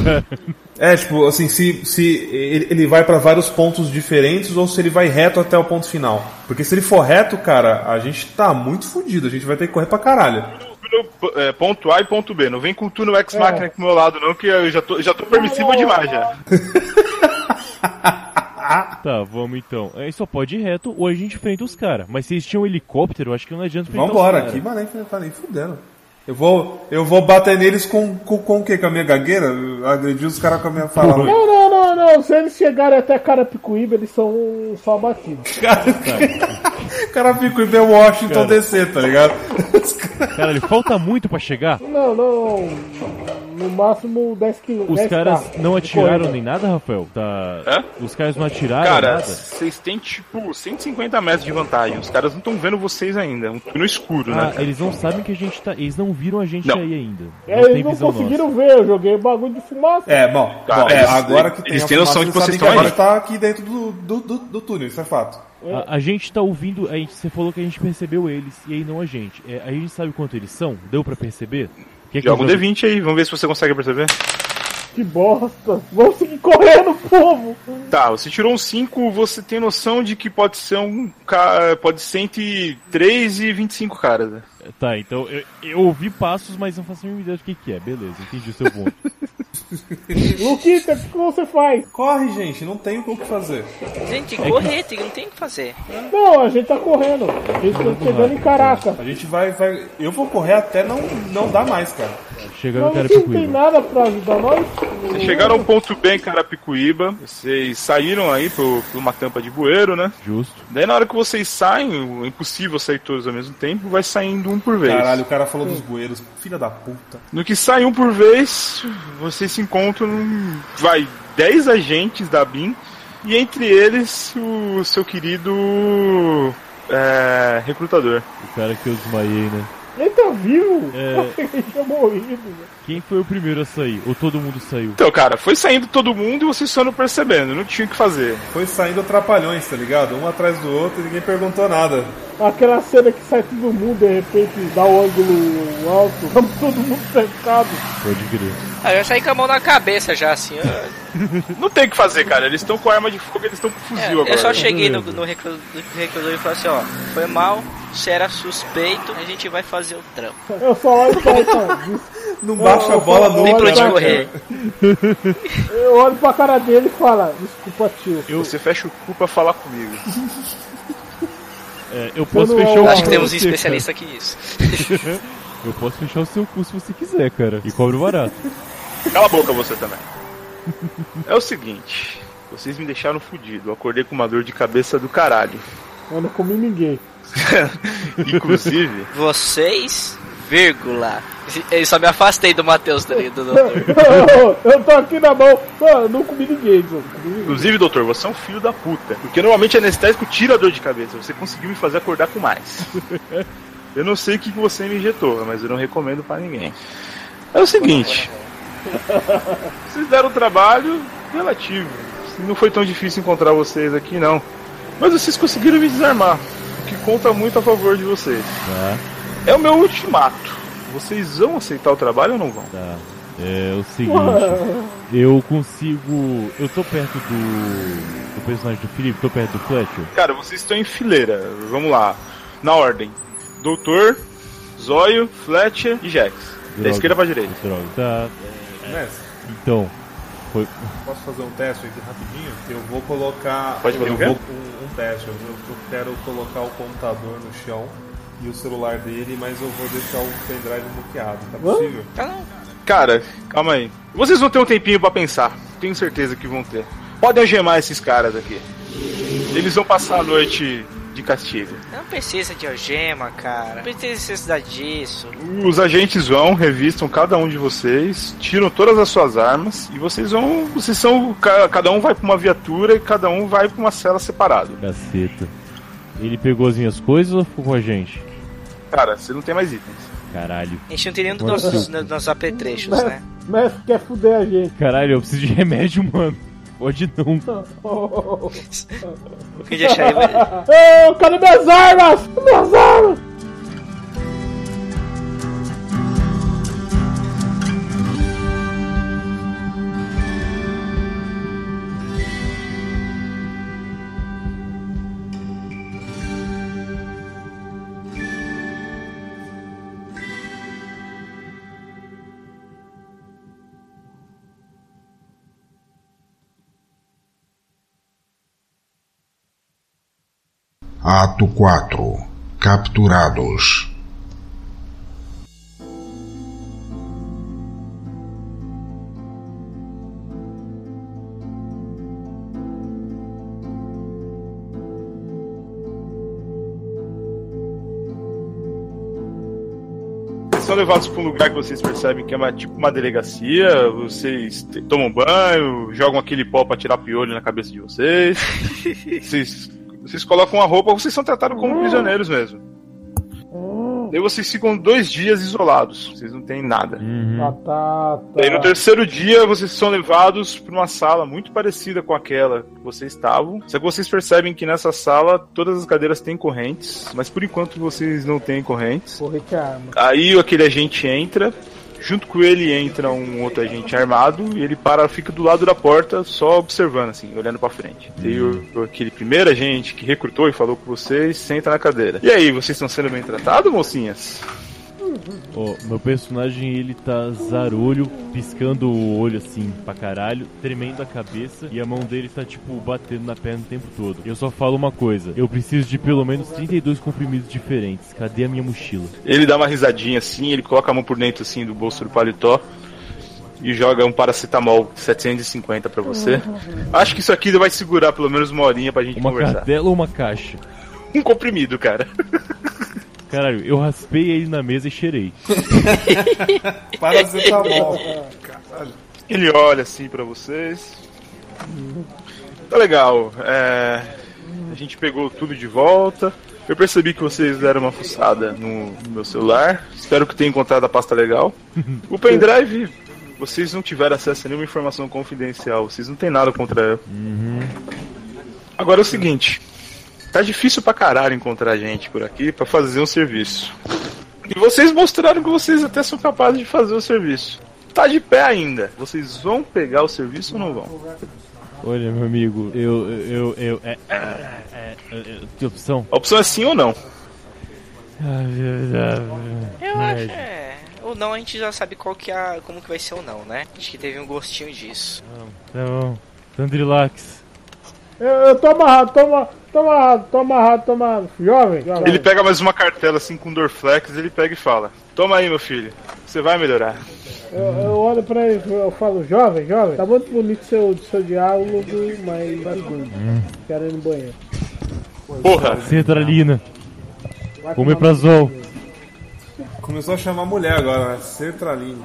É, tipo, assim, se, se ele ele vai pra vários pontos diferentes ou se ele vai reto até o ponto final. Porque se ele for reto, cara, a gente tá muito fudido, a gente vai ter que correr pra caralho. É, ponto A e ponto B. Não vem com túnel ex máquina aqui pro meu lado, não, que eu já tô, já tô permissivo demais já. tá, vamos então. Aí só pode ir reto ou a gente enfrenta os caras. Mas se eles tinham um helicóptero, acho que não adianta enfrentar Vambora, os cara. aqui, mas nem, tá nem fudendo. Eu vou, eu vou bater neles com, com, com o quê? Com a minha gagueira? Eu agredi os caras com a minha fala. ruim. Não, não, não, não. Se eles chegarem até Carapicuíba, eles são só batidos. O cara fica em The Washington DC, tá ligado? Caralho, falta muito pra chegar. Não, não. No máximo 10 quilos. Os caras não atiraram nem nada, Rafael? Tá. Hã? Os caras Ah, não atiraram Cara, nada? vocês têm tipo 150 metros de vantagem. Os caras não estão vendo vocês ainda. Um túnel escuro, né? Ah, cara? eles não sabem que a gente tá. Eles não viram a gente Não. aí ainda. Não É, eles tem não visão conseguiram ver, eu joguei o bagulho de fumaça. É, bom, Cara, bom, eles- é, agora que tem eles a têm noção fumaça, de que eles vocês sabem estão agora aí. tá aqui dentro do, do, do, do túnel, isso é fato. A, a gente tá ouvindo, a gente, você falou que a gente percebeu eles, e aí não a gente. É, a gente sabe quanto eles são? Deu pra perceber? Quer que Joga um eu jogue? D20 aí, vamos ver se você consegue perceber. Que bosta. Vamos seguir correndo, povo. Tá, você tirou um 5, você tem noção de que pode ser um. ca- Pode ser entre 3 e 25 caras. né? Tá, então eu, eu ouvi passos, mas não faço a mínima ideia do que, que é. Beleza, entendi o seu ponto. Luquita, o que você faz? Corre, gente, não tem o que fazer. Gente, correr, tem- não tem o que fazer. Não, a gente tá correndo. A gente tá chegando em Caraca. A gente vai, vai. Eu vou correr até não, não dar mais, cara. Chegando Não, o cara não tem picuíba. nada pra ajudar nós. Vocês chegaram ao ponto B em Carapicuíba, vocês saíram aí por, por uma tampa de bueiro, né? Justo. Daí na hora que vocês saem, é impossível sair todos ao mesmo tempo, vai saindo um por vez. Caralho, o cara falou dos bueiros, filha da puta. No que sai um por vez, vocês se encontram, vai, 10 agentes da BIM, e entre eles o seu querido é, recrutador. O cara que eu desmaiei, né? Ele tá vivo. É. Eu achei que Ele tinha morrido. Quem foi o primeiro a sair? Ou todo mundo saiu? Então, cara, foi saindo todo mundo e vocês só não percebendo, não tinha o que fazer. Foi saindo atrapalhões, tá ligado? Um atrás do outro e ninguém perguntou nada. Aquela cena que sai todo mundo, de repente dá o ângulo alto, vamos todo mundo cercado. Pode crer. Ah, eu já saí com a mão na cabeça já, assim. ó. Não tem o que fazer, cara, eles estão com arma de fogo, eles estão com É, fuzil eu agora. só cheguei no, no recru- no recrutador e falei assim, ó, foi mal, você era suspeito, a gente vai fazer o trampo. Eu só olho pra ele, Não baixa eu a bola vou- Tem pra nunca, onde né, correr. cara? eu olho pra cara dele e falo, desculpa tio. Você fecha o cu pra falar comigo. É, eu posso não é fechar um- o Acho que cu temos um pra você, especialista aqui nisso. cara. Eu posso fechar o seu cu se você quiser, cara. E cobra barato. Cala a boca você também. É o seguinte, vocês me deixaram fudido, eu acordei com uma dor de cabeça do caralho. Eu não comi ninguém. Inclusive, Vocês, vírgula. Eu só me afastei do Matheus, tá ligado? Do doutor. eu tô aqui na mão, mano, não comi ninguém, tio. não comi ninguém. Inclusive, doutor, você é um filho da puta. Porque normalmente anestésico tira a dor de cabeça. Você conseguiu me fazer acordar com mais. eu não sei o que que você me injetou, mas eu não recomendo pra ninguém. É o seguinte. vocês deram um trabalho relativo. Não foi tão difícil encontrar vocês aqui, não. Mas vocês conseguiram me desarmar. O que conta muito a favor de vocês. Tá, É o meu ultimato. Vocês vão aceitar o trabalho ou não vão? tá. É o seguinte. Mano, Eu consigo. Eu tô perto do. Do personagem do Felipe, tô perto do Fletcher. Cara, vocês estão em fileira. Vamos lá. Na ordem. Doutor, Zóio, Fletcher e Jax. Da Droga. esquerda pra direita. Droga. Tá. Mestre, Então, Foi... Posso fazer um teste aqui rapidinho? Eu vou colocar. Pode fazer eu o quê? vou, um, um teste. Eu, eu- eu quero colocar o computador no chão e o celular dele, mas eu vou deixar o pendrive bloqueado. Tá possível? Tá não. Cara, calma aí. Vocês vão ter um tempinho pra pensar. Tenho certeza que vão ter. Podem algemar esses caras aqui. Eles vão passar a noite de castigo. Eu não precisa de algema, cara. Não precisa de necessidade disso. Os agentes vão, revistam cada um de vocês, tiram todas as suas armas e vocês vão. Vocês são. ca- Cada um vai pra uma viatura e cada um vai pra uma cela separada. Caceta. Ele pegou as minhas coisas ou ficou com a gente? Cara, você não tem mais itens. Caralho. A gente não tem nenhum dos nossos, né, dos nossos apetrechos, né? Mestre, mestre quer fuder a gente. Caralho, eu preciso de remédio, mano. Pode não. Ô, ô, ô. Podia deixar ele- Ô, cadê minhas armas? Minhas armas! Ato 4 Capturados Vocês são levados pra um lugar que vocês percebem que é uma, tipo uma delegacia, vocês te- tomam banho, jogam aquele pó pra tirar piolho na cabeça de vocês. vocês, vocês colocam a roupa, vocês são tratados como prisioneiros mesmo. Daí vocês ficam dois dias isolados, vocês não têm nada. Ah, Uhum. Batata. Daí no terceiro dia vocês são levados para uma sala muito parecida com aquela que vocês estavam. Só que vocês percebem que nessa sala todas as cadeiras têm correntes, mas por enquanto vocês não têm correntes. Porra, que é arma. Aí aquele agente entra, junto com ele entra um outro agente armado e ele para, fica do lado da porta, só observando assim, olhando pra frente. Daí o, aquele primeiro agente que recrutou e falou com vocês, senta na cadeira. E aí, vocês estão sendo bem tratados, mocinhas? Ó, meu personagem, ele tá zarolho, piscando o olho assim pra caralho, tremendo a cabeça e a mão dele tá tipo batendo na perna o tempo todo. Eu só falo uma coisa: eu preciso de pelo menos 32 comprimidos diferentes. Cadê a minha mochila? Ele dá uma risadinha assim, ele coloca a mão por dentro assim do bolso do paletó e joga um paracetamol 750 pra você. Acho que isso aqui vai segurar pelo menos uma horinha pra gente Uma conversar. cartela ou uma caixa? Um comprimido, cara. Caralho, eu raspei ele na mesa e cheirei. Paracetamol. Ele olha assim pra vocês. Tá legal. é, A gente pegou tudo de volta. Eu percebi que vocês deram uma fuçada no no meu celular. Espero que tenham encontrado a pasta legal. O pendrive, vocês não tiveram acesso a nenhuma informação confidencial. Vocês não têm nada contra eu. Agora é o seguinte. Tá difícil pra caralho encontrar gente por aqui pra fazer um serviço. E vocês mostraram que vocês até são capazes de fazer o serviço. Tá de pé ainda. Vocês vão pegar o serviço ou não vão? Olha, meu amigo, eu. eu. eu. é. é, é, é, que opção? A opção é sim ou não. Ah, Eu acho, é. Ou não, a gente já sabe qual que é, a- como que vai ser ou não, né? Acho que teve um gostinho disso. Tá bom. Tandrilax. Eu, eu tô amarrado, tô amarrado, tô amarrado, tô amarrado, tô amarrado. Jovem, jovem. Ele pega mais uma cartela assim com Dorflex, ele pega e fala: Toma aí, meu filho. Você vai melhorar. Eu, eu olho pra ele eu falo, jovem, jovem, tá muito bonito seu, seu diálogo, mas vai tudo. Quero ir no banheiro. Porra! Cetralina. Vai tomar um- Omeprazol. Começou a chamar mulher agora, né? Cetraline.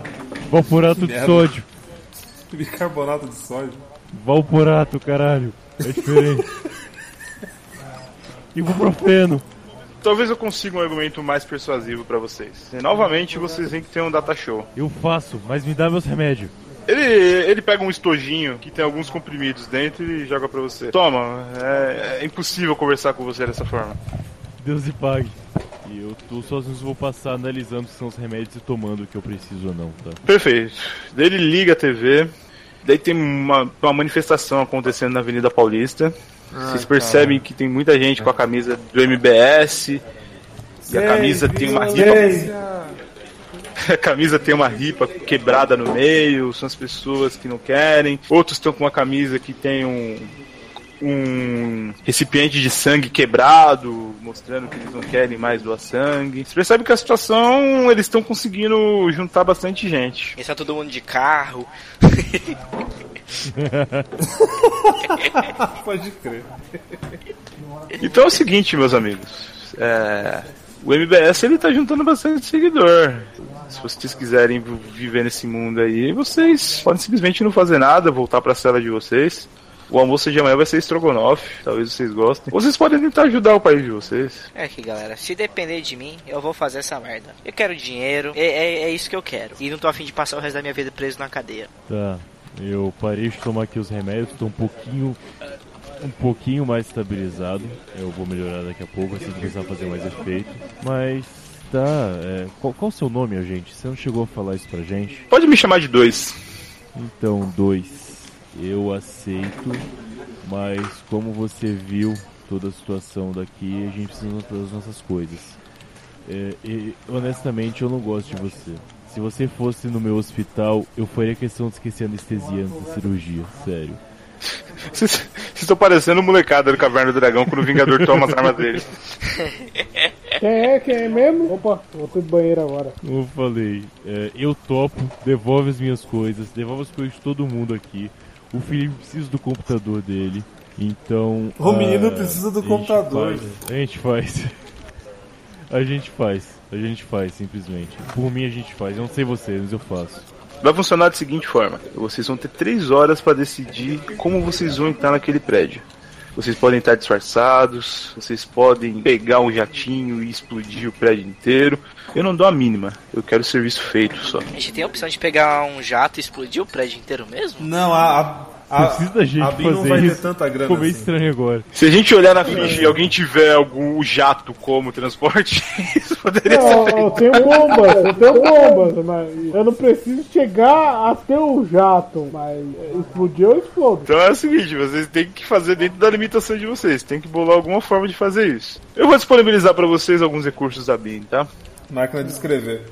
Valporato de merda. sódio. Bicarbonato de sódio. Valporato, caralho. É diferente. Ibuprofeno. Talvez eu consiga um argumento mais persuasivo pra vocês. E, novamente, vocês veem que tem um data show. Eu faço, mas me dá meus remédios. Ele, ele pega um estojinho que tem alguns comprimidos dentro e joga pra você. Toma, é, é impossível conversar com você dessa forma. Deus lhe pague. E eu tô sozinho, vou passar analisando se são os remédios e tomando o que eu preciso ou não, tá? Perfeito. Daí ele liga a TV. Daí tem uma, uma manifestação acontecendo na Avenida Paulista. Vocês percebem que tem muita gente com a camisa do MBS. E a camisa tem uma ripa. a camisa tem uma ripa quebrada no meio, são as pessoas que não querem. Outros estão com uma camisa que tem um, um recipiente de sangue quebrado, mostrando que eles não querem mais doar sangue. Você percebe que a situação, eles estão conseguindo juntar bastante gente. Está é todo mundo de carro. Pode crer. Então é o seguinte, meus amigos. é, O MBS ele tá juntando bastante seguidor. Se vocês quiserem vi- viver nesse mundo aí, vocês podem simplesmente não fazer nada, voltar pra cela de vocês. O almoço de amanhã vai ser estrogonofe, talvez vocês gostem. Vocês podem tentar ajudar o país de vocês. É aqui, galera. Se depender de mim, eu vou fazer essa merda. Eu quero dinheiro. É, é, é isso que eu quero. E não tô afim de passar o resto da minha vida preso na cadeia. Tá. Eu parei de tomar aqui os remédios, tô um pouquinho. Um pouquinho mais estabilizado. Eu vou melhorar daqui a pouco, assim que começar a fazer mais efeito. Mas tá. é, qual, qual o seu nome, gente? Você não chegou a falar isso pra gente? Pode me chamar de dois. Então, dois. Eu aceito, mas como você viu toda a situação daqui, a gente precisa das nossas coisas. É, e, honestamente, eu não gosto de você. Se você fosse no meu hospital, eu faria questão de esquecer a anestesia antes da cirurgia, sério. Vocês vocês estão parecendo molecada do Caverna do Dragão quando o Vingador toma as armas dele. Quem é? Quem é mesmo? Opa, vou pro banheiro agora. Eu falei, é, eu topo, devolve as minhas coisas, devolve as coisas de todo mundo aqui. O Felipe precisa do computador dele, então. O ah, menino precisa do a gente computador, faz- a gente faz. A gente faz, a gente faz, simplesmente. Por mim a gente faz, eu não sei vocês, mas eu faço. Vai funcionar da seguinte forma: vocês vão ter três horas para decidir como vocês vão entrar naquele prédio. Vocês podem estar disfarçados, vocês podem pegar um jatinho e explodir o prédio inteiro. Eu não dou a mínima, eu quero o serviço feito só. A gente tem a opção de pegar um jato e explodir o prédio inteiro mesmo? Não, a. a, Não a precisa da gente a Bin não fazer vai ter isso. tanta grana. Ficou meio assim. estranho agora. Se a gente olhar na ficha e alguém tiver algum jato como transporte, isso poderia Não, eu, tenho bombas, eu tenho bombas, mas eu não preciso chegar até o jato, mas explodir eu explodo. Então é o seguinte, vocês têm que fazer dentro da limitação de vocês, tem que bolar alguma forma de fazer isso. Eu vou disponibilizar para vocês alguns recursos da BIM, tá? Máquina de escrever.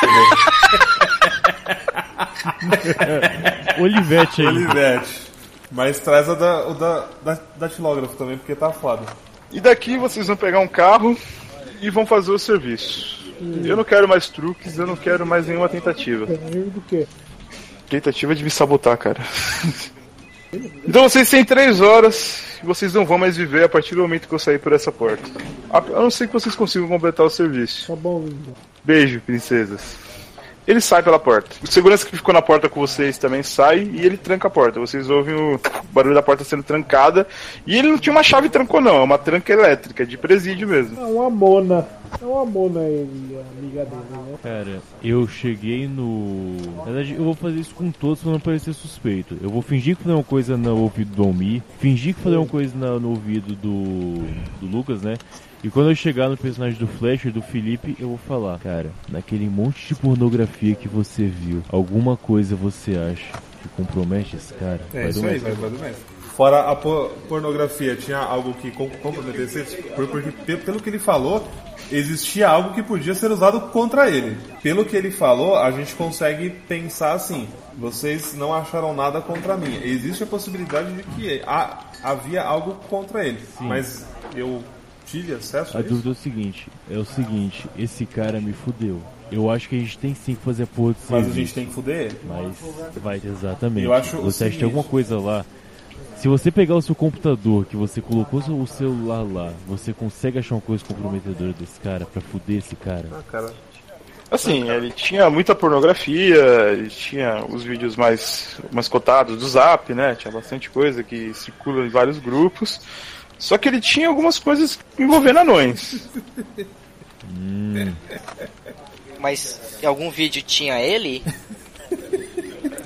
Olivete aí. Olivete. Mas traz a da, o da, da, datilógrafo também, porque tá foda. E daqui vocês vão pegar um carro e vão fazer o serviço. Eu não quero mais truques, eu não quero mais nenhuma tentativa. Inimigo Tá do quê? Tentativa de me sabotar, cara. Então vocês têm três horas e vocês não vão mais viver a partir do momento que eu sair por essa porta. A a não ser que vocês consigam completar o serviço. Tá bom, linda. Beijo, princesas. Ele sai pela porta. O segurança que ficou na porta com vocês também sai e ele tranca a porta. Vocês ouvem o barulho da porta sendo trancada. E ele não tinha uma chave trancou, não. É uma tranca elétrica, de presídio mesmo. É uma mona. É uma mona ele, a amiga dele, né? Cara, eu cheguei no. Na verdade, eu vou fazer isso com todos pra não parecer suspeito. Eu vou fingir que falei uma coisa no ouvido do Almi, fingir que falei uma coisa na- no ouvido do. do Lucas, né? E quando eu chegar no personagem do Flasher, do Felipe, eu vou falar, cara, naquele monte de pornografia que você viu, alguma coisa você acha que compromete esse cara? É Vai isso do aí, mesmo. vai, vai do mestre. Fora a po- pornografia, tinha algo que com- comprometesse? Por- Porque, pe- pelo que ele falou, existia algo que podia ser usado contra ele. Pelo que ele falou, a gente consegue pensar assim: vocês não acharam nada contra mim. Existe a possibilidade de que ha- havia algo contra ele. Mas eu tive acesso A a isso? dúvida é o seguinte, é o seguinte, esse cara me fudeu. Eu acho que a gente tem sim que fazer a porra de Mas a serviço. gente tem que fuder ele. Mas vai exatamente. Eu acho o você acha que tem seguinte- alguma coisa lá. Se você pegar o seu computador, que você colocou seu- o celular lá, você consegue achar uma coisa comprometedora desse cara pra fuder esse cara? Cara, Assim, Uhum. ele tinha muita pornografia, ele tinha os vídeos mais, mais cotados do Zap, né? Tinha bastante coisa que circula em vários grupos. Só que ele tinha algumas coisas envolvendo anões. Mas em algum vídeo tinha ele?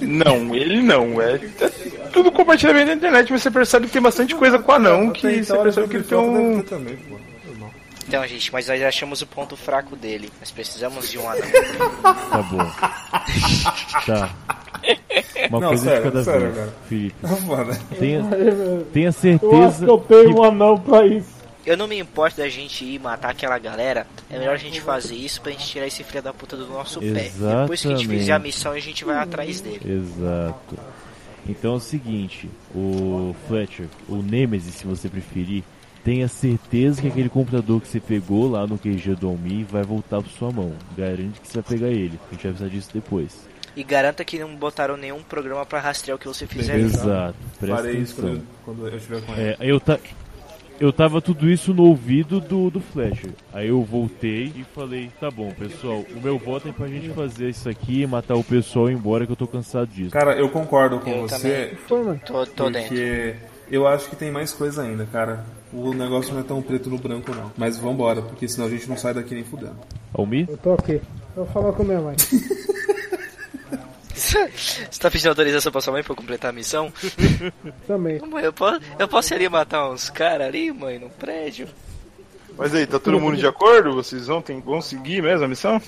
Não, ele não. É, é tudo compartilhamento na internet, mas você percebe que tem bastante coisa com anão que até você então, percebe que ele tem um. deve ter também, pô. Normal. Então, gente, mas nós achamos o ponto fraco dele. Nós precisamos de um anão. Tá bom. tá. Uma Não, coisa sério, de cada sério, vez, cara. Felipe. Foda. Tenha, Eu tenha acho certeza que eu tenho um anão pra isso. Eu não me importo da gente ir matar aquela galera. É melhor a gente fazer isso pra gente tirar esse filho da puta do nosso pé. Depois que a gente Exatamente. fizer a missão, a gente vai atrás dele. Exato. Então é o seguinte, o Fletcher, o Nemesis, se você preferir, tenha certeza que aquele computador que você pegou lá no QG do Almi vai voltar pra sua mão. Garante que você vai pegar ele. A gente vai precisar disso depois. E garanta que não botaram nenhum programa pra rastrear o que você fizer. Beleza. Exato. Presta Farei isso quando atenção. eu, quando eu estiver com ele. É, eu, ta... eu tava tudo isso no ouvido do, do Flash. Aí eu voltei e falei, tá bom, pessoal, o meu voto é pra gente fazer isso aqui, matar o pessoal e ir embora que eu tô cansado disso. Cara, eu concordo com Eu você, Tô, tô dentro. porque eu acho que tem mais coisa ainda, cara. O negócio não é tão preto no branco, não. Mas vambora, porque senão a gente não sai daqui nem fudendo. Almi? Eu tô aqui. Eu vou falar com minha mãe. você tá pedindo autorização pra sua mãe pra eu completar a missão? Também. Mãe, eu posso, eu posso ir ali matar uns caras ali, mãe, no prédio? Mas aí, tá todo mundo de acordo? Vocês vão, tem, vão seguir mesmo a missão?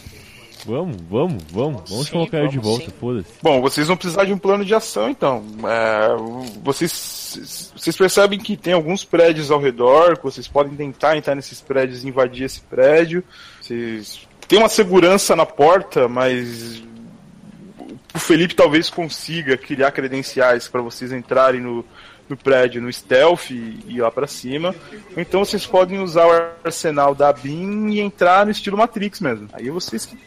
Vamos, vamos, vamos. Vamos Sim, colocar ele de vamos, volta, sim. foda-se. Bom, vocês vão precisar de um plano de ação, então. É, vocês, vocês percebem que tem alguns prédios ao redor, que vocês podem tentar entrar nesses prédios e invadir esse prédio. Vocês, tem uma segurança na porta, mas o Felipe talvez consiga criar credenciais para vocês entrarem no, no prédio, no stealth e ir lá para cima. Ou então vocês podem usar o arsenal da BIM e entrar no estilo Matrix mesmo. Aí vocês que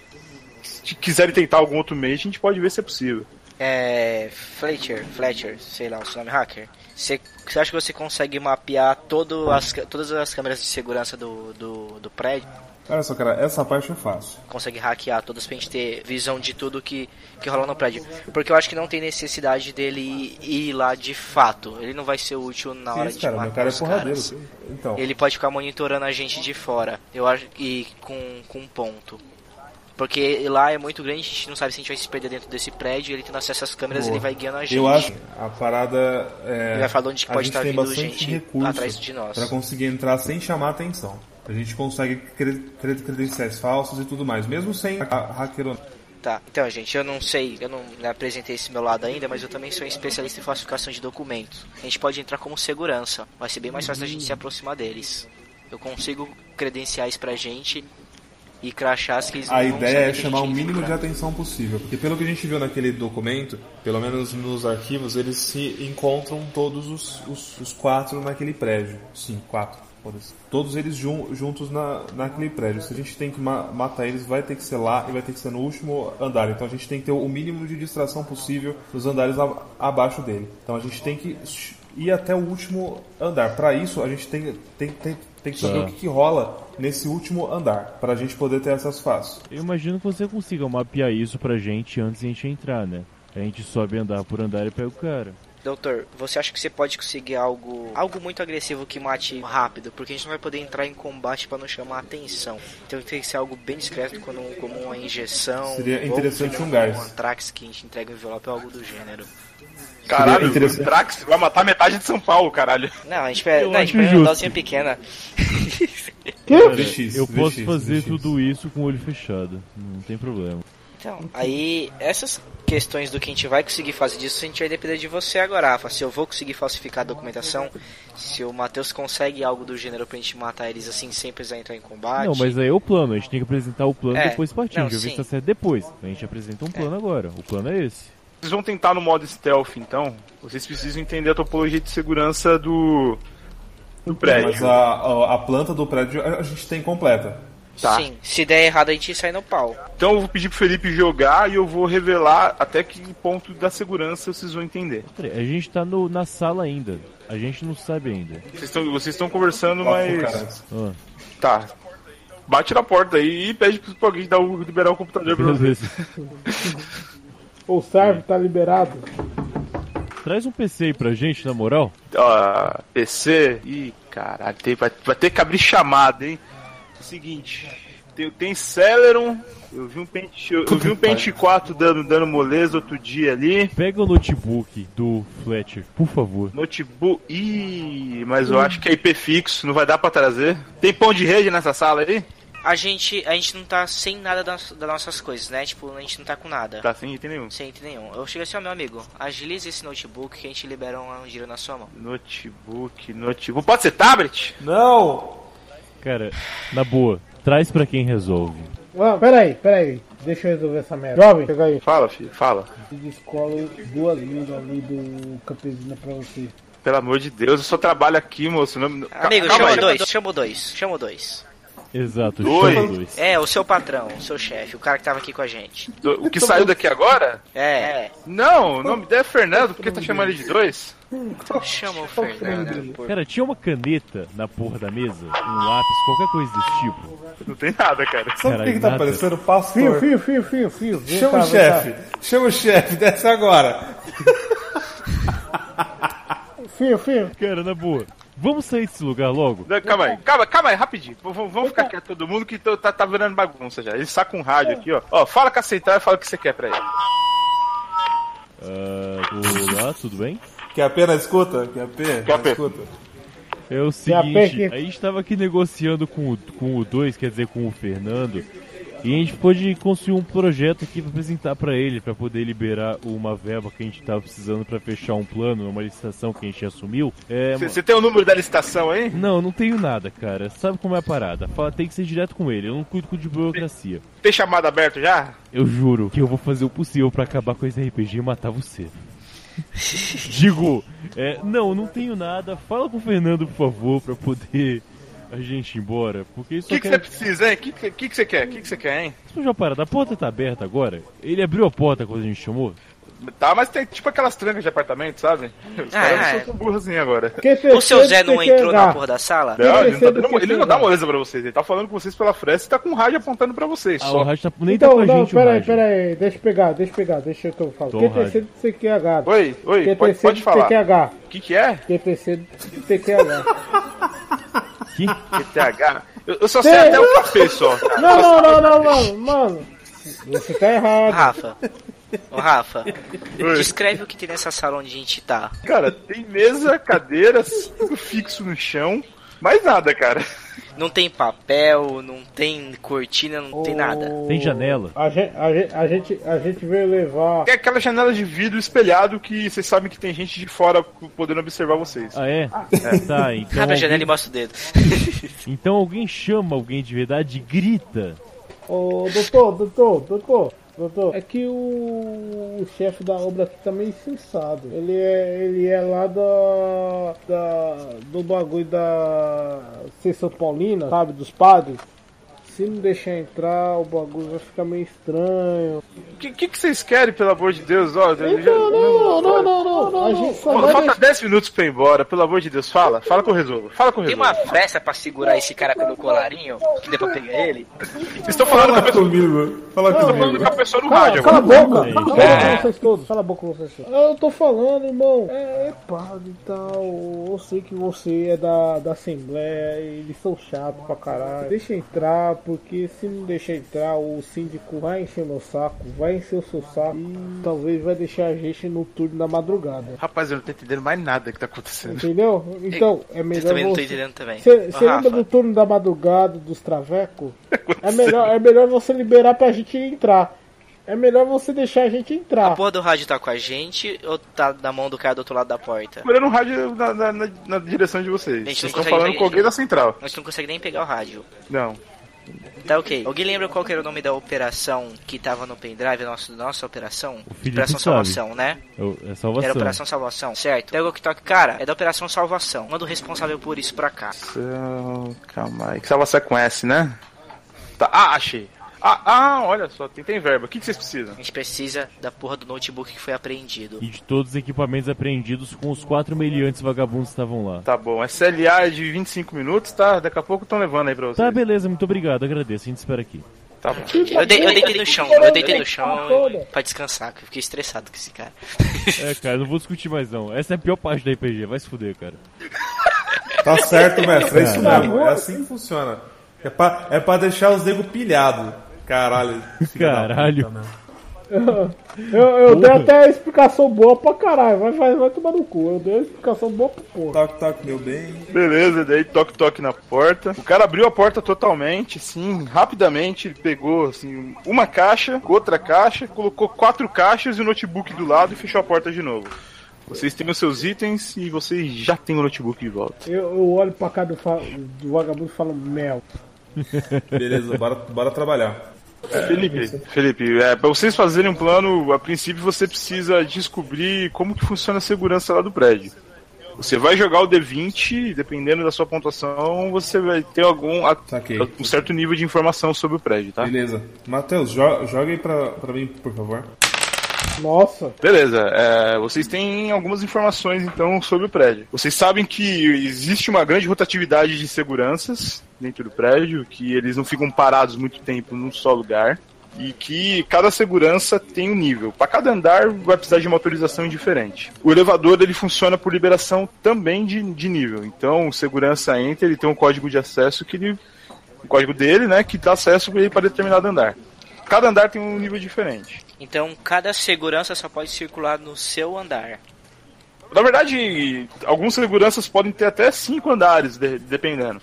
se quiserem tentar algum outro meio, a gente pode ver se é possível. É. Fletcher, Fletcher, sei lá, o seu nome é hacker. Você, você acha que você consegue mapear todo as, ca- todas as câmeras de segurança do, do, do prédio? Olha só, cara, essa parte eu faço. Consegue hackear todas pra gente ter visão de tudo que, que rola no prédio? Porque eu acho que não tem necessidade dele ir lá de fato. Ele não vai ser útil na Que hora isso, de cara, matar meu cara é os porradeiro. caras. Então, Ele pode ficar monitorando a gente de fora. Eu acho e com com um ponto. Porque lá é muito grande, a gente não sabe se a gente vai se perder dentro desse prédio. Ele tendo acesso às câmeras, Boa. ele vai guiando a gente. eu acho que a parada é. Ele vai falar onde que pode a gente estar tem vindo bastante gente recurso atrás de nós. Pra conseguir entrar sem chamar atenção. A gente consegue cre- cre- credenciais falsos e tudo mais, mesmo sem a, a hacker. Tá. Então, gente, eu não sei, eu não me apresentei esse meu lado ainda, mas eu também sou um especialista em falsificação de documentos. A gente pode entrar como segurança. Vai ser bem mais fácil a gente se aproximar deles. Eu consigo credenciais pra gente e crachás que eles A não vão ideia saber é que a chamar o gente mínimo entra. de atenção possível, porque pelo que a gente viu naquele documento, pelo menos nos arquivos, eles se encontram todos os, os- os quatro naquele prédio. Sim, quatro. foda-se. Todos eles jun- juntos na, naquele prédio. Se a gente tem que ma- matar eles, vai ter que ser lá e vai ter que ser no último andar. Então a gente tem que ter o mínimo de distração possível nos andares a- abaixo dele. Então a gente tem que sh- ir até o último andar. Para isso, a gente tem, tem, tem, tem que saber Tá. o que, que rola nesse último andar, para a gente poder ter acesso fácil. Eu imagino que você consiga mapear isso pra gente antes de a gente entrar, né? A gente sobe andar por andar e pega o cara. Doutor, você acha que você pode conseguir algo algo muito agressivo que mate rápido? Porque a gente não vai poder entrar em combate pra não chamar a atenção. Então tem que ser algo bem discreto, como, como uma injeção. Seria ou interessante um um gás. antrax que a gente entrega um envelope ou algo do gênero. Caralho, interessante. o Trax vai matar metade de São Paulo, caralho. Não, a gente pega, Eu não, a gente acho pega uma justo. dosinha pequena. VX, eu posso VX. fazer tudo isso com o olho fechado. Não tem problema. Então, aí essas questões do que a gente vai conseguir fazer disso, a gente vai depender de você agora, Rafa. Se eu vou conseguir falsificar a documentação, se o Matheus consegue algo do gênero pra gente matar eles assim sem precisar entrar em combate. Não, mas aí é o plano. A gente tem que apresentar o plano Ah, É, e depois partir. não, A gente vai ver se sim. É. tá certo depois. A gente apresenta um plano agora. O plano é esse. Vocês vão tentar no modo stealth, então. Vocês precisam entender a topologia de segurança do, do Mas prédio. a, a, a planta do prédio a a gente tem completa. Tá. Sim, se der errado a gente sai no pau. Então eu vou pedir pro Felipe jogar e eu vou revelar até que ponto da segurança vocês vão entender. Peraí, A gente tá no, na sala ainda. A gente não sabe ainda. Vocês estão vocês estão conversando, Ó, mas. cara, Ah, Tá. Bate na porta aí e pede pra alguém dar o- liberar o computador pra vocês. beleza. O serve tá liberado. Traz um PC aí pra gente, na moral. Ó, PC. Ih, caralho, tem, vai, vai ter que abrir chamada, hein? É o seguinte, tem, tem Celeron, eu vi um Pente, eu, eu vi um Pente 4 dando, dando moleza outro dia ali. Pega o notebook do Fletcher, por favor. Notebook. Ih, mas eu acho que é IP fixo, não vai dar pra trazer. Tem pão de rede nessa sala aí? A gente, a gente não tá sem nada das, das nossas coisas, né? Tipo, a gente não tá com nada. Tá sem item nenhum. Sem item nenhum. Eu chego assim, ó, meu amigo, agiliza esse notebook que a gente libera um, um giro na sua mão. Notebook, notebook. Pode ser tablet? Não! Cara, na boa, traz pra quem resolve. Ah, peraí, peraí. Deixa eu resolver essa merda. Jovem, chega aí. Fala, filho, fala. Eu descolo duas linhas ali do campesina pra você. Pelo amor de Deus, eu só trabalho aqui, moço. Não... Amigo, Tá, Calma chama aí. dois, chama dois, chama dois. Exato, Dois. chama dois. É, o seu patrão, o seu chefe, o cara que tava aqui com a gente. Do- O que saiu daqui agora? É, é. Não, o nome dele é Fernando, por que tá chamando ele de dois? chama o Fernando. por- Cara, tinha uma caneta na porra da mesa, um lápis, qualquer coisa desse tipo. Não tem nada, cara. Sabe o Caralho, que, que tá nada. aparecendo? Pastor. Fio, fio, fio, fio, fio. Vem Chama cá, o vem cá. chefe. Chama o chefe, desce agora. Fio, fio. Cara, na boa, vamos sair desse lugar logo? Não, calma aí, calma, calma aí, rapidinho. V- v- Vamos ficar quieto todo mundo que tô- tá, tá virando bagunça já. Ele saca um rádio aqui, ó. Ó, fala com a central e fala o que você quer pra ele. Ah, olá, tudo bem? Quer a pena escuta? Quer a pena? Quer a pena. escuta? É o a seguinte, perca. a gente tava aqui negociando com o, com o dois, quer dizer, com o Fernando, e a gente pôde construir um projeto aqui pra apresentar pra ele, pra poder liberar uma verba que a gente tava precisando pra fechar um plano, uma licitação que a gente assumiu. É, Você você tem o número da licitação aí? Não, não tenho nada, cara. Sabe como é a parada? Fala, tem que ser direto com ele. Eu não cuido de burocracia. Tem chamada aberto já? Eu juro que eu vou fazer o possível pra acabar com esse RPG e matar você. Digo, é, não, não tenho nada. Fala com o Fernando, por favor, pra poder a gente ir embora. Porque isso O é que, que você precisa, hein? O que, que, que que você quer? O que, que você quer, hein? Fugiu a parada. A porta tá aberta agora? Ele abriu a porta quando a gente chamou? Tá, mas tem tipo aquelas trancas de apartamento, sabe? Os Ah, caras é. são burrozinhos agora. Que O seu terceiro Zé não você entrou quer na dar? porra da sala? Não, ele não, tá terceiro dando, que ele não dá tem, moleza pra vocês, ele tá falando com vocês pela fresta e tá com o rádio apontando pra vocês. Ah, o só. rádio tá, nem tá Então, com a não, gente, o peraí, rádio. peraí. Deixa eu pegar, deixa eu pegar, deixa eu que eu falo. Tô, Que rádio. terceiro você quer agarrar? Oi, oi, pode, Que pode terceiro falar. você quer agarrar? O que, que é? Que terceiro você quer agarrar? TH? Eu, eu só sei até o café só. cara. Não, não, não, não, mano, mano. Você tá errado. Rafa. Ô Rafa, descreve o que tem nessa sala onde a gente tá. Cara, tem mesa, cadeira, cinto fixo no chão, mais nada, cara. Não tem papel, não tem cortina, não tem nada. Tem janela? A gente, a, gente, a, gente, a gente veio levar. É aquela janela de vidro espelhado que vocês sabem que tem gente de fora podendo observar vocês. Ah, é? Tá, então. Abre a janela Alguém, e mostra o dedo. então alguém chama alguém de verdade e grita. Ô, doutor, doutor, doutor, doutor. É que o, o chefe da obra aqui tá meio insensado. Ele é, ele é lá da, da. do bagulho da. Sessão Paulina, sabe? Dos padres. Se não deixar entrar, o bagulho vai ficar meio estranho. O que, que, que vocês querem, pelo amor de Deus? Ó, eu já- Então, Não, não, não, não, não. a gente só Ó, vai falta deixar. 10 minutos pra ir embora, pelo amor de Deus, fala, fala que eu resolvo, fala que eu Tem resolvo. uma festa pra segurar esse cara pelo colarinho, que dê pra pegar ele. Vocês estão falando com a Fala pessoa, comigo. Fala falando comigo. com a pessoa no rádio Cala, cala a agora. boca! É. Cala a boca vocês todos! Cala a boca vocês todos! Eu tô falando, irmão! É, é padre e tal, eu sei que você é da, da Assembleia, e eles são chatos pra caralho. Deixa entrar, porque se não deixar entrar, o síndico vai encher meu saco, vai encher o seu saco e talvez vai deixar a gente no turno da madrugada. Rapaz, eu não tô entendendo mais nada que tá acontecendo. Entendeu? Então, é Eu melhor também não tô você... entendendo também. Ô, Você lembra do Rafa, turno da madrugada, dos travecos? É melhor, é melhor você liberar pra gente entrar. É melhor você deixar a gente a entrar. porra do rádio tá com a gente ou tá na mão do cara do outro lado da porta? Segurando o um rádio na, na- na- na direção de vocês. Gente, Vocês não estão consegue falando ver, com alguém gente. da central. A gente não consegue nem pegar o rádio. Não. Tá ok. Alguém lembra qual que era o nome da operação que tava no pendrive, nosso, nossa operação? Felipe operação sabe. Salvação, né? É Era salvação. Operação Salvação, certo? Pega o que toca. Cara, é da Operação Salvação. Manda o responsável por isso pra cá. Então, calma aí. Que você conhece, né? Tá. Ah, achei. Ah, ah, olha só, tem, tem verba. O que, que vocês precisam? A gente precisa da porra do notebook que foi apreendido. E de todos os equipamentos apreendidos com os quatro meliantes vagabundos que estavam lá. Tá bom, SLA é de 25 minutos, tá? Daqui a pouco estão levando aí pra Tá, vocês. beleza, muito obrigado, agradeço, a gente espera aqui. Tá bom. Eu, dei- eu deitei no chão, eu deitei no chão e- pra descansar, que eu fiquei estressado com esse cara. É, cara, não vou discutir mais não. Essa é a pior parte da RPG, vai se fuder, cara. Tá certo, mestre. É isso mesmo. É assim que funciona. É pra, é pra deixar os nego pilhado. Caralho. filha da Caralho. puta, né? Eu, eu dei até a explicação boa pra caralho. Vai, vai, vai tomar no cu. Eu dei a explicação boa pra porra. Toque, toque, Tá, meu bem. Beleza, daí toque toque na porta. O cara abriu a porta totalmente, assim, rapidamente, ele pegou assim, uma caixa, outra caixa, colocou quatro caixas e o notebook do lado e fechou a porta de novo. Vocês têm os seus itens e vocês já têm o notebook de volta. Eu, eu olho pra cara do, fa- do vagabundo e falo, mel. Beleza, bora, bora trabalhar. Felipe, É, Felipe, é, para vocês fazerem um plano, a princípio você precisa descobrir como que funciona a segurança lá do prédio. Você vai jogar o D20, dependendo da sua pontuação, você vai ter algum a- Saquei. um certo nível de informação sobre o prédio, tá? Beleza. Matheus, jo- joga aí pra, pra mim, por favor. Nossa, Beleza, é, vocês têm algumas informações então sobre o prédio. Vocês sabem que existe uma grande rotatividade de seguranças dentro do prédio, que eles não ficam parados muito tempo num só lugar. E que cada segurança tem um nível. Para cada andar vai precisar de uma autorização diferente. O elevador ele funciona por liberação também de, de nível. Então, o segurança entra, ele tem um código de acesso que ele. O código dele, né? Que dá acesso para ele para determinado andar. Cada andar tem um nível diferente. Então cada segurança só pode circular no seu andar. Na verdade, alguns seguranças podem ter até cinco andares, de- dependendo.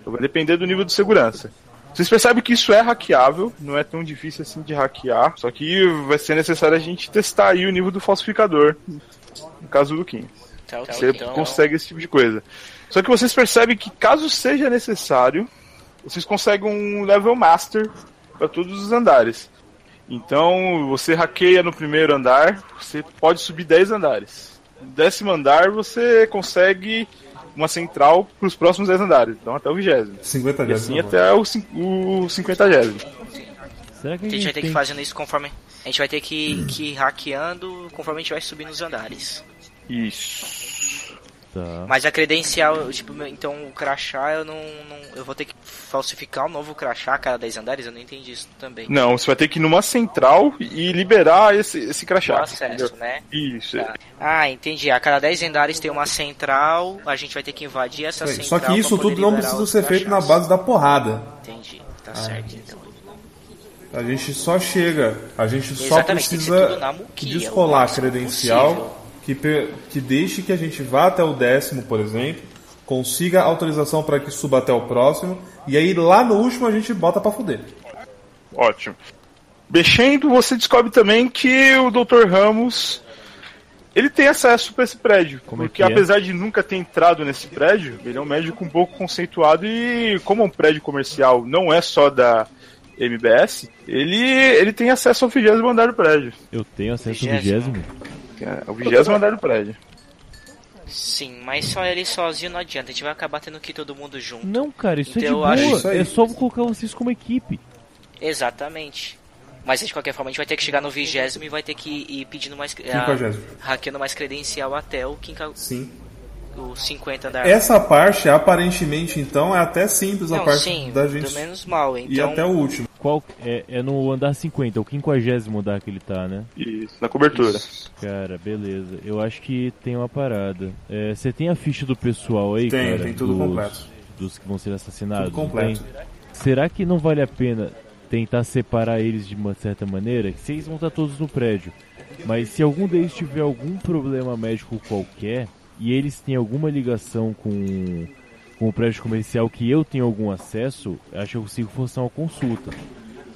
Então, Vai depender do nível de segurança. Vocês percebem que isso é hackeável, não é tão difícil assim de hackear, só que vai ser necessário a gente testar aí o nível do falsificador, no caso do Kim. Tá, ok. Você consegue esse tipo de coisa. Só que vocês percebem que caso seja necessário, vocês conseguem um level master para todos os andares. Então, você hackeia no primeiro andar, você pode subir 10 andares. No décimo andar, você consegue uma central para os próximos 10 andares, então até o vigésimo. 50 E dias. assim até o, cin- o cinquentagésimo. Será que a A gente vai gente ter que tem... ir fazendo isso conforme. A gente vai ter que, ir- que ir hackeando conforme a gente vai subindo os andares. Isso. Tá. Mas a credencial, tipo, meu- então o crachá eu não, não- Eu vou ter que falsificar um novo crachá a cada 10 andares? Eu não entendi isso também. Não, você vai ter que ir numa central e liberar esse, esse crachá. O acesso, entendeu? né? Isso. Tá. Ah, entendi. A cada 10 andares tem uma central, a gente vai ter que invadir essa Tá central. Só que pra isso poder tudo não liberar precisa os ser feito na crachás. base Ah, da porrada. Entendi, tá certo então. A gente só chega, a gente só Exatamente, tem que ser tudo na precisa muquia, o descolar a máximo possível. credencial que, pe- que deixe que a gente vá até o décimo, por exemplo, consiga autorização para que suba até o próximo, e aí lá no último a gente bota pra fuder. Ótimo. Mexendo, você descobre também que o Dr. Ramos ele tem acesso para esse prédio. Como é porque que é? apesar de nunca ter entrado nesse prédio, ele é um médico um pouco conceituado e como é um prédio comercial não é só da MBS, ele, ele tem acesso ao vigésimo andar do prédio. Eu tenho acesso ao Vigésimo. vigésimo? É, Ao vigésimo andar do prédio. Sim, mas só ele sozinho não adianta, a gente vai acabar tendo que ir todo mundo junto. Não, cara, isso é de Então, eu boa. acho isso aí. É só vou colocar vocês como equipe. Exatamente. Mas de qualquer forma a gente vai ter que chegar no vigésimo e vai ter que ir pedindo mais. eh, Quinquagésimo. hackeando mais credencial até o, quinca, Sim. o 50 andar. Essa parte, aparentemente, então, é até simples a É. não, parte sim, da pelo gente menos mal, ir então. até o último. Qual é, é no andar 50, é o quinquagésimo andar que ele tá, né? Isso, na cobertura. Cara, beleza. Eu acho que tem uma parada. É, Você tem a ficha do pessoal aí, Tem, cara? tem tudo dos, completo. Dos que vão ser assassinados. Tudo completo. não tem? Será que não vale a pena tentar separar eles de uma certa maneira? Que Vocês vão estar todos no prédio. Mas se algum deles tiver algum problema médico qualquer e eles têm alguma ligação com, com o prédio comercial que eu tenho algum acesso, acho que eu consigo forçar uma consulta.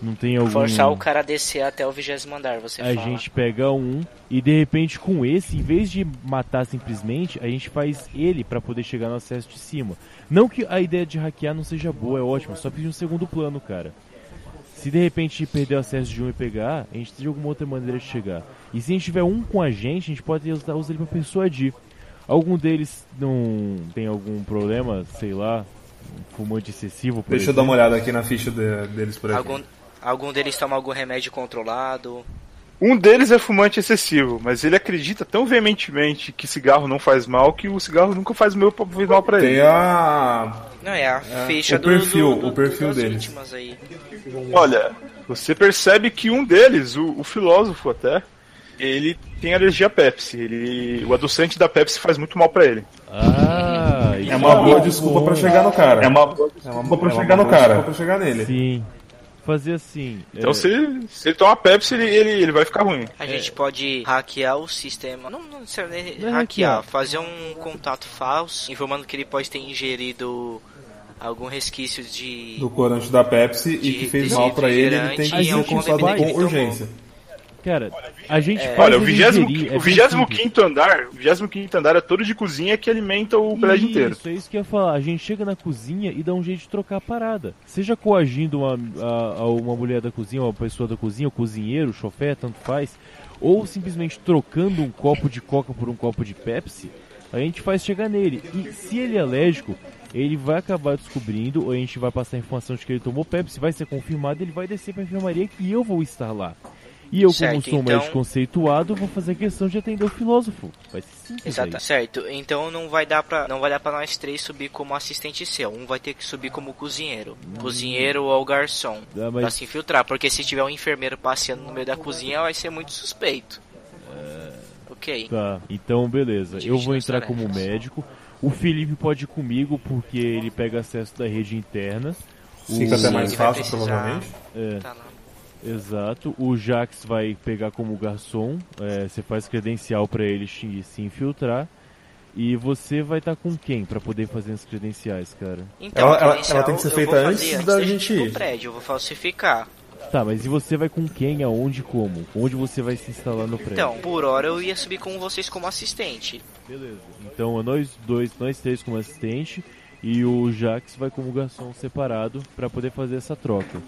Não tem algum Forçar o cara a descer até o vigésimo andar, você a fala. gente pega um e de repente com esse, em vez de matar simplesmente, a gente faz ele pra poder chegar no acesso de cima. Não que a ideia de hackear não seja boa, é ótimo, só pedir um segundo plano, cara. Se de repente perder o acesso de um e pegar, a gente tem alguma outra maneira de chegar. E se a gente tiver um com a gente, a gente pode usar usar ele pra persuadir. Algum deles não tem algum problema, sei lá, um fumante excessivo, por Deixa eu dar uma olhada aqui na ficha de- deles por aqui. Algum, algum deles toma algum remédio controlado. Um deles é fumante excessivo, mas ele acredita tão veementemente que cigarro não faz mal que o cigarro nunca faz meu- fez mal pra ele. Tem a. Não, é a É, ficha o do- perfil, do, do, o perfil das deles. vítimas aí. Olha, você percebe que um deles, o, o filósofo até, ele tem alergia à Pepsi. Ele, o adoçante da Pepsi faz muito mal pra ele. Ah, isso É uma boa bom. desculpa pra chegar no cara. É uma boa desculpa pra chegar no cara. pra chegar nele. Sim. Fazer assim. Então, é- se, ele, se ele tomar Pepsi, ele, ele, ele vai ficar ruim. A gente pode hackear o sistema. Não, não serve nem Não é hackear, hackear. fazer um contato falso, informando que ele pode ter ingerido algum resquício de. do corante da Pepsi e De- que fez de- mal pra de ele, ele refrigerante tem que e ser algum consultado bebida que ele com tomou. urgência. Cara, a gente faz Olha, o ele 20, ingerir, é o bem 25 andar, o 25 andar é todo de cozinha que alimenta o prédio inteiro. Isso, é isso que eu ia falar. A gente chega na cozinha e dá um jeito de trocar a parada. Seja coagindo uma, a- a uma mulher da cozinha, uma pessoa da cozinha, o cozinheiro, o chofé, tanto faz. Ou simplesmente trocando um copo de coca por um copo de Pepsi, a gente faz chegar nele. E se ele é alérgico, ele vai acabar descobrindo, ou a gente vai passar a informação de que ele tomou Pepsi, vai ser confirmado, ele vai descer pra enfermaria que eu vou estar lá. E eu, como Certo, sou um então- médico conceituado, vou fazer questão de atender o filósofo. Vai ser simples é Exato, certo. Então não vai dar para não vai dar para nós três subir como assistente seu. Um vai ter que subir como cozinheiro. Cozinheiro ou garçom. Ah, Hum. mas- Pra se infiltrar, porque se tiver um enfermeiro passeando no meio da cozinha, vai ser muito suspeito. É. Ok. Tá, então beleza. Eu vou entrar como médico. O Felipe pode ir comigo porque ele pega acesso da rede interna. O- Fica até Sim, tá mais ele vai fácil, precisar. provavelmente. É, Tá lá. exato. O Jax vai pegar como garçom. É, você faz credencial pra ele se, se infiltrar. E você vai estar com quem pra poder fazer as credenciais, cara? Então, Ela- a ela- credencial ela tem que ser eu feita vou fazer antes da gente gente ir pro ir. prédio, eu vou falsificar. Tá, mas e você vai com quem, aonde, como? Onde você vai se instalar no prédio? Então, por hora eu ia subir com vocês como assistente. Beleza. Então nós dois, nós três como assistente e o Jax vai como garçom separado pra poder fazer essa troca.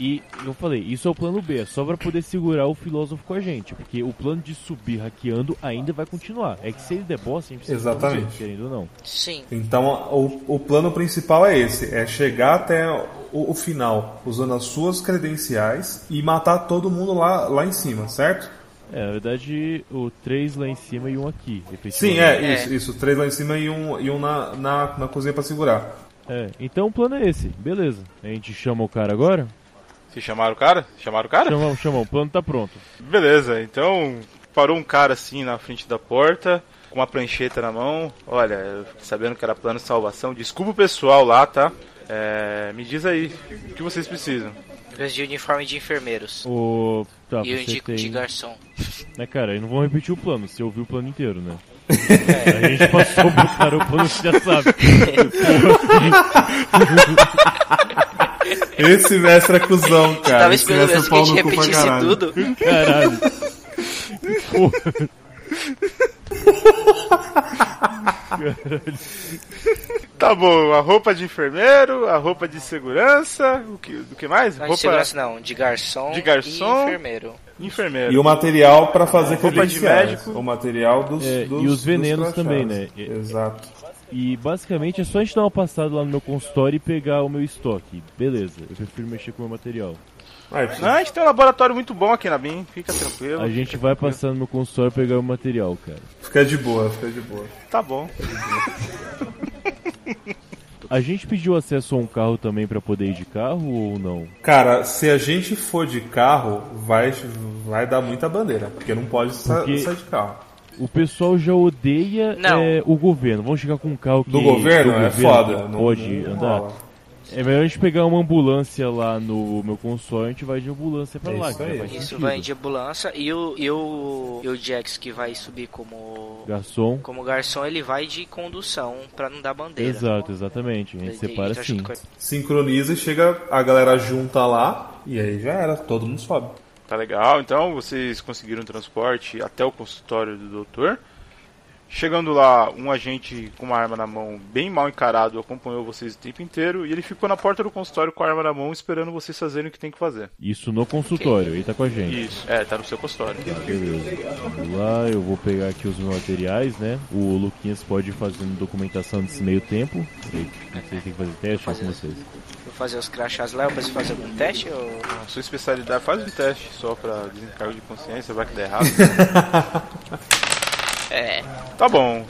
E eu falei, isso é o plano B, é só pra poder segurar o filósofo com a gente, porque o plano de subir hackeando ainda vai continuar. É que se ele der boss, a gente precisa Exatamente. fazer, querendo ou não. Sim. Então a- o, o plano principal é esse: é chegar até o, o final usando as suas credenciais e matar todo mundo lá, lá em cima, certo? É, na verdade, o três lá em cima e um aqui, Sim, efetivamente. é, isso, isso. Três lá em cima e um, e um na, na, na cozinha pra segurar. É, então o plano é esse, beleza. A gente chama o cara agora? Vocês chamaram o cara? Chamaram o cara? Chamamos, chamamos, o plano tá pronto. Beleza, então parou um cara assim na frente da porta, com uma prancheta na mão. Olha, eu fiquei sabendo que era plano de salvação. Desculpa o pessoal lá, tá? É, me diz aí, o que vocês precisam? Preciso de uniforme de enfermeiros. O... Tá, e eu você indico tem... de garçom. Né, cara, e não vão repetir o plano, você ouviu o plano inteiro, né? A gente passou botar o plano, você já sabe. Esse mestre é cuzão, cara. Tava Esse esperando mestre é mesmo que a gente repetisse tudo. Caralho. Porra. Tá bom, a roupa de enfermeiro, a roupa de segurança, o que, do que mais? Não, de roupa segurança assim, não, de garçom, De garçom. e enfermeiro. enfermeiro. E o material pra fazer Roupa de credenciais. médico. O material dos, É, e dos- os dos venenos crachados. também, né? Exato. E basicamente é só a gente dar uma passada lá no meu consultório e pegar o meu estoque. Beleza, eu prefiro mexer com o meu material. Ah, Não, a gente tem um laboratório muito bom aqui na BIM, fica tranquilo. A gente vai passar no meu consultório e pegar o material, cara. fica de boa, fica de boa. Tá bom. A gente pediu acesso a um carro também pra poder ir de carro ou não? Cara, se a gente for de carro, vai, vai dar muita bandeira, porque não pode sa- Porque- sair de carro. O pessoal já odeia Não. é, o governo. Vamos chegar com um carro que Do governo? do É governo foda. que Não- Pode não andar. rola. É melhor a gente pegar uma ambulância lá no meu consórcio, a gente vai de ambulância pra É lá, isso que já aí. faz Isso sentido. vai de ambulância e o, e o, e o Jax que vai subir como, Garçom. como garçom, ele vai de condução pra não dar bandeira. Exato, exatamente. A gente Ele separa tá assim. junto com ele. Sincroniza e chega, a galera junta lá, e aí já era, todo mundo sobe. Tá legal, então vocês conseguiram transporte até o consultório do doutor. Chegando lá, um agente com uma arma na mão, bem mal encarado, acompanhou vocês o tempo inteiro e ele ficou na porta do consultório com a arma na mão, esperando vocês fazerem o que tem que fazer. Isso no consultório, ele tá com a gente. Isso, é, tá no seu consultório. Tá, beleza. Vamos lá, eu vou pegar aqui os meus materiais, né? O Luquinhas pode ir fazendo documentação desse meio tempo. Ele- Não sei se tem que fazer teste ou com vocês. Vou fazer os crachás lá, eu preciso fazer algum teste ou... A sua especialidade, faz um teste só pra desencargo de consciência, vai que der errado. É, tá bom.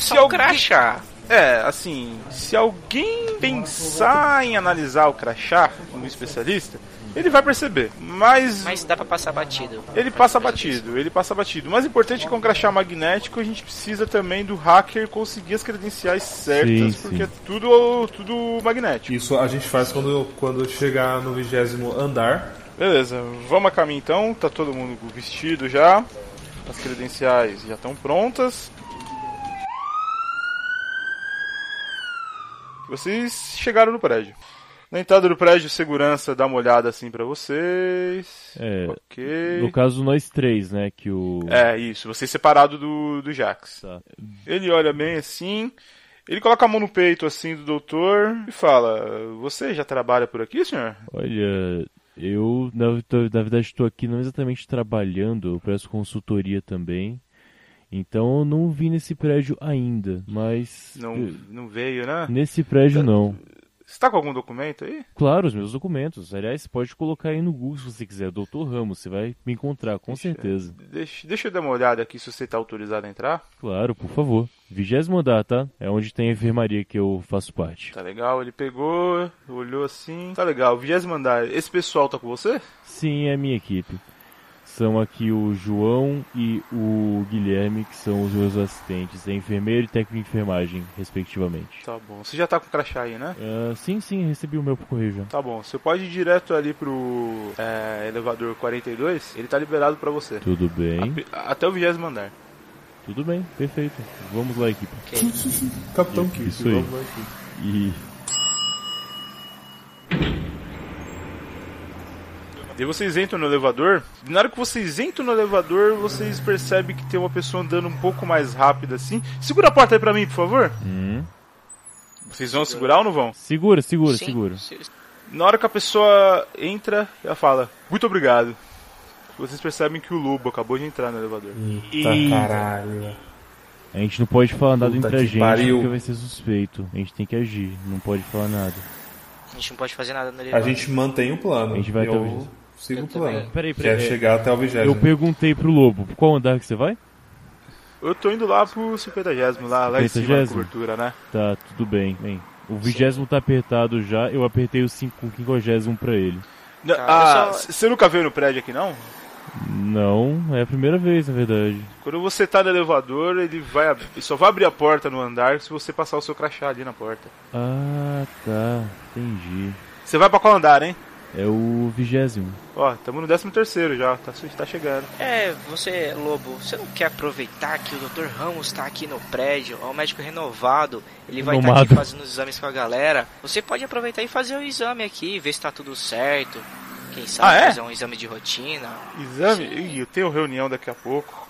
Se só um alguém- crachá. É, assim, se alguém pensar em analisar o crachá, um especialista, ele vai perceber. Mas Mas dá pra passar batido. Ele passa batido, ele passa batido. Mas o importante é que com o crachá magnético a gente precisa também do hacker conseguir as credenciais certas, Sim, porque é tudo, tudo magnético. Isso a gente faz quando, quando chegar no vigésimo andar. Beleza, vamos a caminho então, tá todo mundo vestido já, as credenciais já estão prontas. Vocês chegaram no prédio. Na entrada do prédio, segurança dá uma olhada assim pra vocês. É, ok. No caso, nós três, né? Que o. É, isso. Você separado do, do Jax. Tá. Ele olha bem assim. Ele coloca a mão no peito assim do doutor e fala: Você já trabalha por aqui, senhor? Olha, eu na, vi- na verdade estou aqui não exatamente trabalhando, eu presto consultoria também. Então eu não vim nesse prédio ainda, mas Não, eh, não veio, né? nesse prédio não. Você tá com algum documento aí? Claro, os meus documentos. Aliás, pode colocar aí no Google se você quiser, Dr. Ramos, você vai me encontrar com certeza. Deixa, deixa eu dar uma olhada aqui se você tá autorizado a entrar. Claro, por favor. Vigésimo andar, tá? É onde tem a enfermaria que eu faço parte. Tá legal, ele pegou, olhou assim. Tá legal, vigésimo andar. Esse pessoal tá com você? Sim, é a minha equipe. São aqui o João e o Guilherme, que são os meus assistentes, é enfermeiro e técnico de enfermagem, respectivamente. Tá bom. Você já tá com o crachá aí, né? Ah, sim, sim, recebi o meu por correio já. Tá bom, você pode ir direto ali pro é, elevador 42, ele tá liberado pra você. Tudo bem, Ape- Até o vigésimo andar. tudo bem, perfeito. Vamos lá, equipe. Capitão Isso, Kirk, isso aí. vamos lá, Kirk. E E vocês entram no elevador. Na hora que vocês entram no elevador, vocês percebem que tem uma pessoa andando um pouco mais rápida assim. Segura a porta aí pra mim, por favor. Hum. Vocês vão segurar ou não vão? segura, segura, Sim, segura. se- Na hora que a pessoa entra, ela fala: Muito obrigado. Vocês percebem que o lobo acabou de entrar no elevador. Eita caralho. A gente não pode falar nada Puta entre a que gente, pariu. porque vai ser suspeito. A gente tem que agir, não pode falar nada. A gente não pode fazer nada no A elevador. gente mantém o plano. A gente vai até o Eu vigésimo. sigo o Eu plano. também. Peraí, Quero peraí. chegar até o vigésimo. Eu perguntei pro Lobo, qual andar que você vai? Eu tô indo lá pro 50 lá, lá em cima na 50º? cobertura, né? Tá, tudo bem. Bem, o vigésimo tá apertado já, eu apertei o cinco- o quinquagésimo pra ele. N- Tá, ah, eu só- c- você nunca veio no prédio aqui não? Não, é a primeira vez, na verdade. Quando você tá no elevador, ele vai ab- ele só vai abrir a porta no andar se você passar o seu crachá ali na porta. Ah, tá, entendi. Você vai pra qual andar, hein? É o vigésimo. Ó, tamo no 13 terceiro já, tá, su- tá chegando. É, você, Lobo, você não quer aproveitar que o Dr. Ramos tá aqui no prédio, é um médico renovado, ele vai estar Renomado. aqui fazendo os exames com a galera. Você pode aproveitar e fazer o exame aqui, ver se tá tudo certo. Quem sabe Ah, é? fazer um exame de rotina. Exame? Ih, eu tenho reunião daqui a pouco.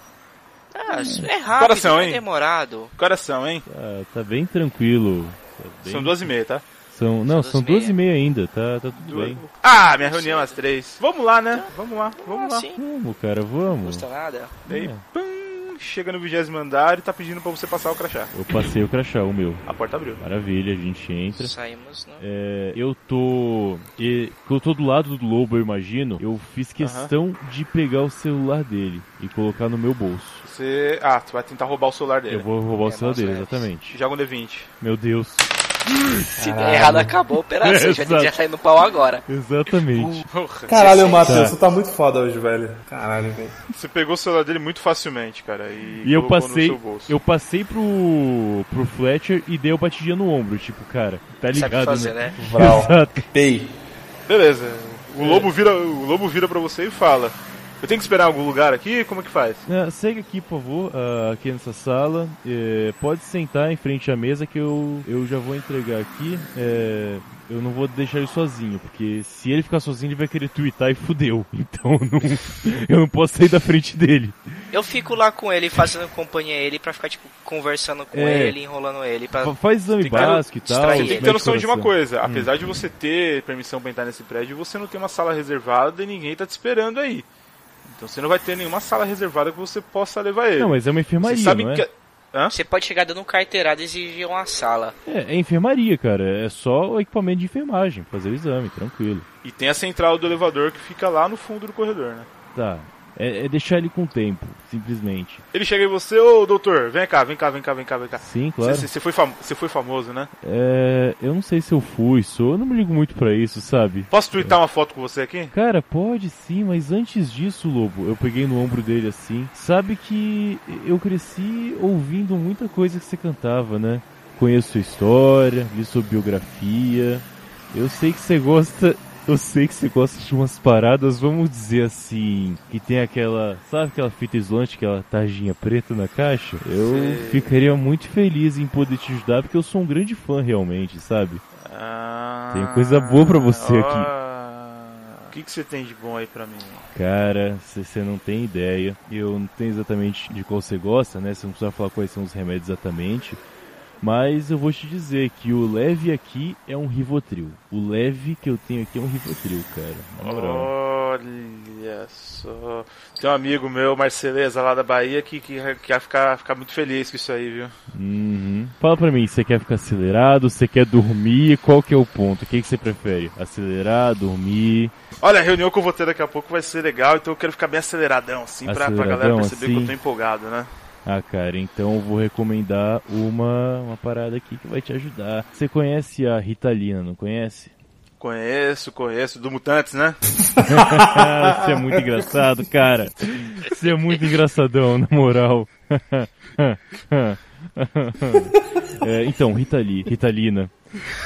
Ah, é rápido, Coração, não é hein? demorado. Coração, hein? Ah, tá bem tranquilo. Tá bem- São duas e meia, tá? São, não, duas são e duas e meia ainda, tá, tá tudo Duas- bem. Ah, minha reunião é às três. Vamos lá, né? Vamos lá, vamos lá. Assim, não Vamos, cara, vamos. É, custa nada. Daí, pum, chega no vigésimo andar e tá pedindo pra você passar o crachá. Eu passei o crachá, o meu. A porta abriu. Maravilha, a gente entra. Saímos, não. É, eu tô. e- Eu tô do lado do lobo, eu imagino. Eu fiz questão de pegar o celular dele e colocar no meu bolso. Você. Ah, tu vai tentar roubar o celular dele. Eu vou roubar o É, celular dele, nossa, é. exatamente. Joga um D20. Meu Deus. Se der errado, acabou a operação, já, Exato. já sair no pau agora. Exatamente. Caralho, Matheus, Tá. você tá muito foda hoje, velho. Caralho, velho. Você pegou o celular dele muito facilmente, cara. E, E eu colocou passei, No seu bolso. eu passei pro, pro Fletcher e dei uma batidinha no ombro, tipo, cara, tá ligado, Sabe fazer, né? Vral. Exato. Pei. Beleza. O É. lobo vira, o lobo vira para você e fala: "Eu tenho que esperar em algum lugar aqui? Como é que faz?" Ah, segue aqui, por favor, ah, aqui nessa sala. É, pode sentar em frente à mesa que eu, eu já vou entregar aqui. É, eu não vou deixar ele sozinho, porque se ele ficar sozinho, ele vai querer twittar e fudeu. Então eu não, eu não posso sair da frente dele. Eu fico lá com ele, fazendo companhia a ele, pra ficar, tipo, conversando com É. ele, enrolando ele, pra Fa- Faz exame Fica- básico e tal. distrair Você ele. tem que mete ter noção de uma coração. Hum. coisa, apesar de você ter permissão pra entrar nesse prédio, você não tem uma sala reservada e ninguém tá te esperando aí. Então você não vai ter nenhuma sala reservada que você possa levar ele. Não, mas é uma enfermaria, você sabe não é? que Hã? Você pode chegar dando carteirada e exigir uma sala. É, é enfermaria, cara. É só o equipamento de enfermagem, fazer o exame, tranquilo. E tem a central do elevador que fica lá no fundo do corredor, né? Tá. É, é deixar ele com o tempo, simplesmente. Ele chega em você, ô doutor, vem cá, vem cá, vem cá, vem cá, vem cá. Sim, Você claro. você foi, fam- você foi famoso, né? É, eu não sei se eu fui, sou, eu não me ligo muito pra isso, sabe? Posso twittar uma foto com você aqui? Cara, pode sim, mas antes disso, Lobo, eu peguei no ombro dele assim. Sabe que eu cresci ouvindo muita coisa que você cantava, né? Conheço sua história, li sua biografia. Eu sei que você gosta. Eu sei que você gosta de umas paradas, vamos dizer assim, que tem aquela. Sabe aquela fita isolante, aquela tarjinha preta na caixa? Eu Sei. ficaria muito feliz em poder te ajudar, porque eu sou um grande fã realmente, sabe? Ah, Tem coisa boa pra você aqui. aqui. O que, que você tem de bom aí pra mim? Cara, você não tem ideia. Eu não tenho exatamente de qual você gosta, né? Você não precisa falar quais são os remédios exatamente. Mas eu vou te dizer que o leve aqui é um Rivotril. O leve que eu tenho aqui é um Rivotril, cara. Na moral. Olha só. Tem um amigo meu, Marceleza, lá da Bahia, que, que, que vai ficar, ficar muito feliz com isso aí, viu? Uhum. Fala pra mim, você quer ficar acelerado? Você quer dormir? Qual que é o ponto? O que, que você prefere? Acelerar, dormir? Olha, a reunião que eu vou ter daqui a pouco vai ser legal, então eu quero ficar bem aceleradão, assim, pra, pra galera Aceleradão, perceber que eu assim? tô empolgado, né? Ah, cara, então eu vou recomendar uma, uma parada aqui que vai te ajudar. Você conhece a Ritalina, não conhece? Conheço, conheço, do Mutantes, né? Cara, você é muito engraçado, cara. Você é muito engraçadão, na moral. É, então, Ritali, Ritalina,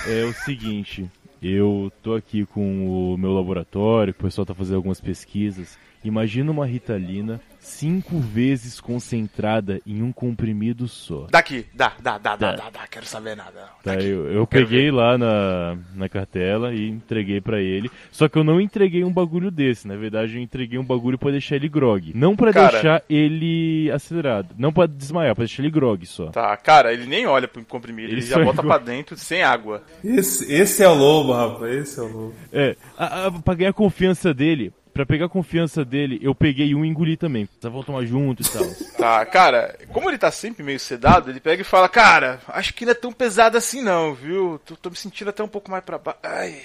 é o seguinte. Eu tô aqui com o meu laboratório, o pessoal tá fazendo algumas pesquisas. Imagina uma Ritalina cinco vezes concentrada em um comprimido só. Daqui, dá, dá, dá, dá, Dá. dá, dá, quero saber nada. não. Tá, Daqui. eu, eu peguei lá na, na cartela e entreguei pra ele. Só que eu não entreguei um bagulho desse. Na verdade, eu entreguei um bagulho pra deixar ele grog. Não pra Cara. deixar ele acelerado. Não pra desmaiar, pra deixar ele grog só. Tá, cara, ele nem olha pro comprimido, ele, Ele já só bota engole. pra dentro sem água. Esse, esse é o lobo, rapaz. Esse é o lobo. É, a, a, pra ganhar a confiança dele, pra pegar a confiança dele, eu peguei um e engoli também. Tá, vão tomar junto e tal. Tá, cara, como ele tá sempre meio sedado, ele pega e fala, cara, acho que não é tão pesado assim não, viu? Tô, tô me sentindo até um pouco mais pra baixo. Ai.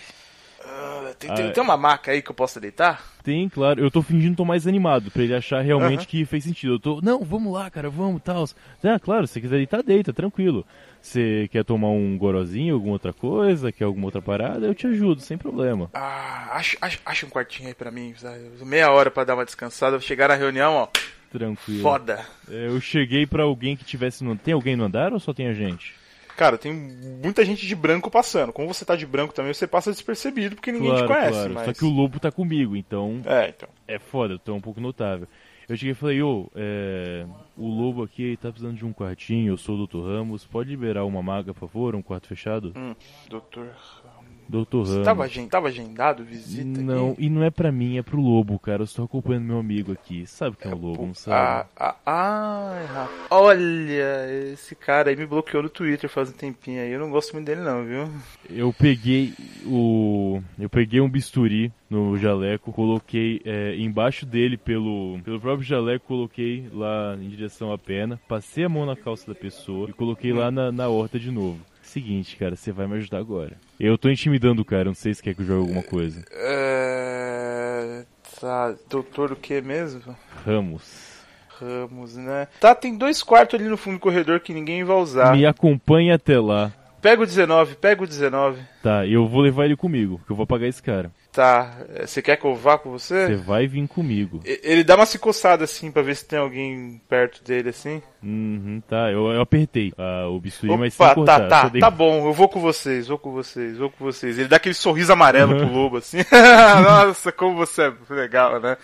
Ah, tem, tem- Ai. tem uma maca aí que eu posso deitar? Tem, claro. Eu tô fingindo tô mais animado, pra ele achar realmente que fez sentido. Eu tô, não, vamos lá, cara, vamos, tal. Ah, claro, se você quiser deitar, deita, tranquilo. Você quer tomar um gorozinho, alguma outra coisa, quer alguma outra parada, eu te ajudo, sem problema. Ah, acha, acha, acha um quartinho aí pra mim. sabe? Meia hora pra dar uma descansada. Chegar na reunião, ó. Tranquilo. Foda. É, Eu cheguei pra alguém que tivesse no... Tem alguém no andar ou só tem a gente? Cara, tem muita gente de branco passando. Como você tá de branco também, você passa despercebido porque ninguém te claro, conhece. claro. Mas... Só que o lobo tá comigo, então É, então. é foda, eu tô um pouco notável. Eu cheguei e falei, ô, é, o lobo aqui ele tá precisando de um quartinho, eu sou o Dr. Ramos, pode liberar uma maga, por favor, um quarto fechado? Doutor. Dr. Você Ramos. tava, agen- tava agendado visita Não, aqui? e não é pra mim, é pro lobo, cara. Eu estou acompanhando meu amigo aqui. Sabe quem é o lobo, não Ah, sabe? ah, ai, rapaz. Olha, esse cara aí me bloqueou no Twitter faz um tempinho aí. Eu não gosto muito dele, não, viu? Eu peguei o. Eu peguei um bisturi no jaleco, coloquei é, embaixo dele pelo. Pelo próprio jaleco, coloquei lá em direção à perna, passei a mão na calça da pessoa e coloquei lá na, na horta de novo. Seguinte, cara, você vai me ajudar agora. Eu tô intimidando o cara, não sei se quer que eu jogue alguma coisa. É. Tá, doutor, o que mesmo? Ramos. Ramos, né? Tá, tem dois quartos ali no fundo do corredor que ninguém vai usar. Me acompanha até lá. Pega o 19, pega o 19. Tá, eu vou levar ele comigo, porque eu vou pagar esse cara. Tá, eh, você quer que eu vá com Você você? vai vir comigo. E- Ele dá uma se coçada assim pra ver se tem alguém perto dele assim. Uhum, tá, eu, eu apertei ah, o bisturi, mas sem Opa, cortar. tá, tá, só dei- tá bom, eu vou com vocês, vou com vocês, vou com vocês. Ele dá aquele sorriso amarelo pro lobo assim. Nossa, como você é legal, né?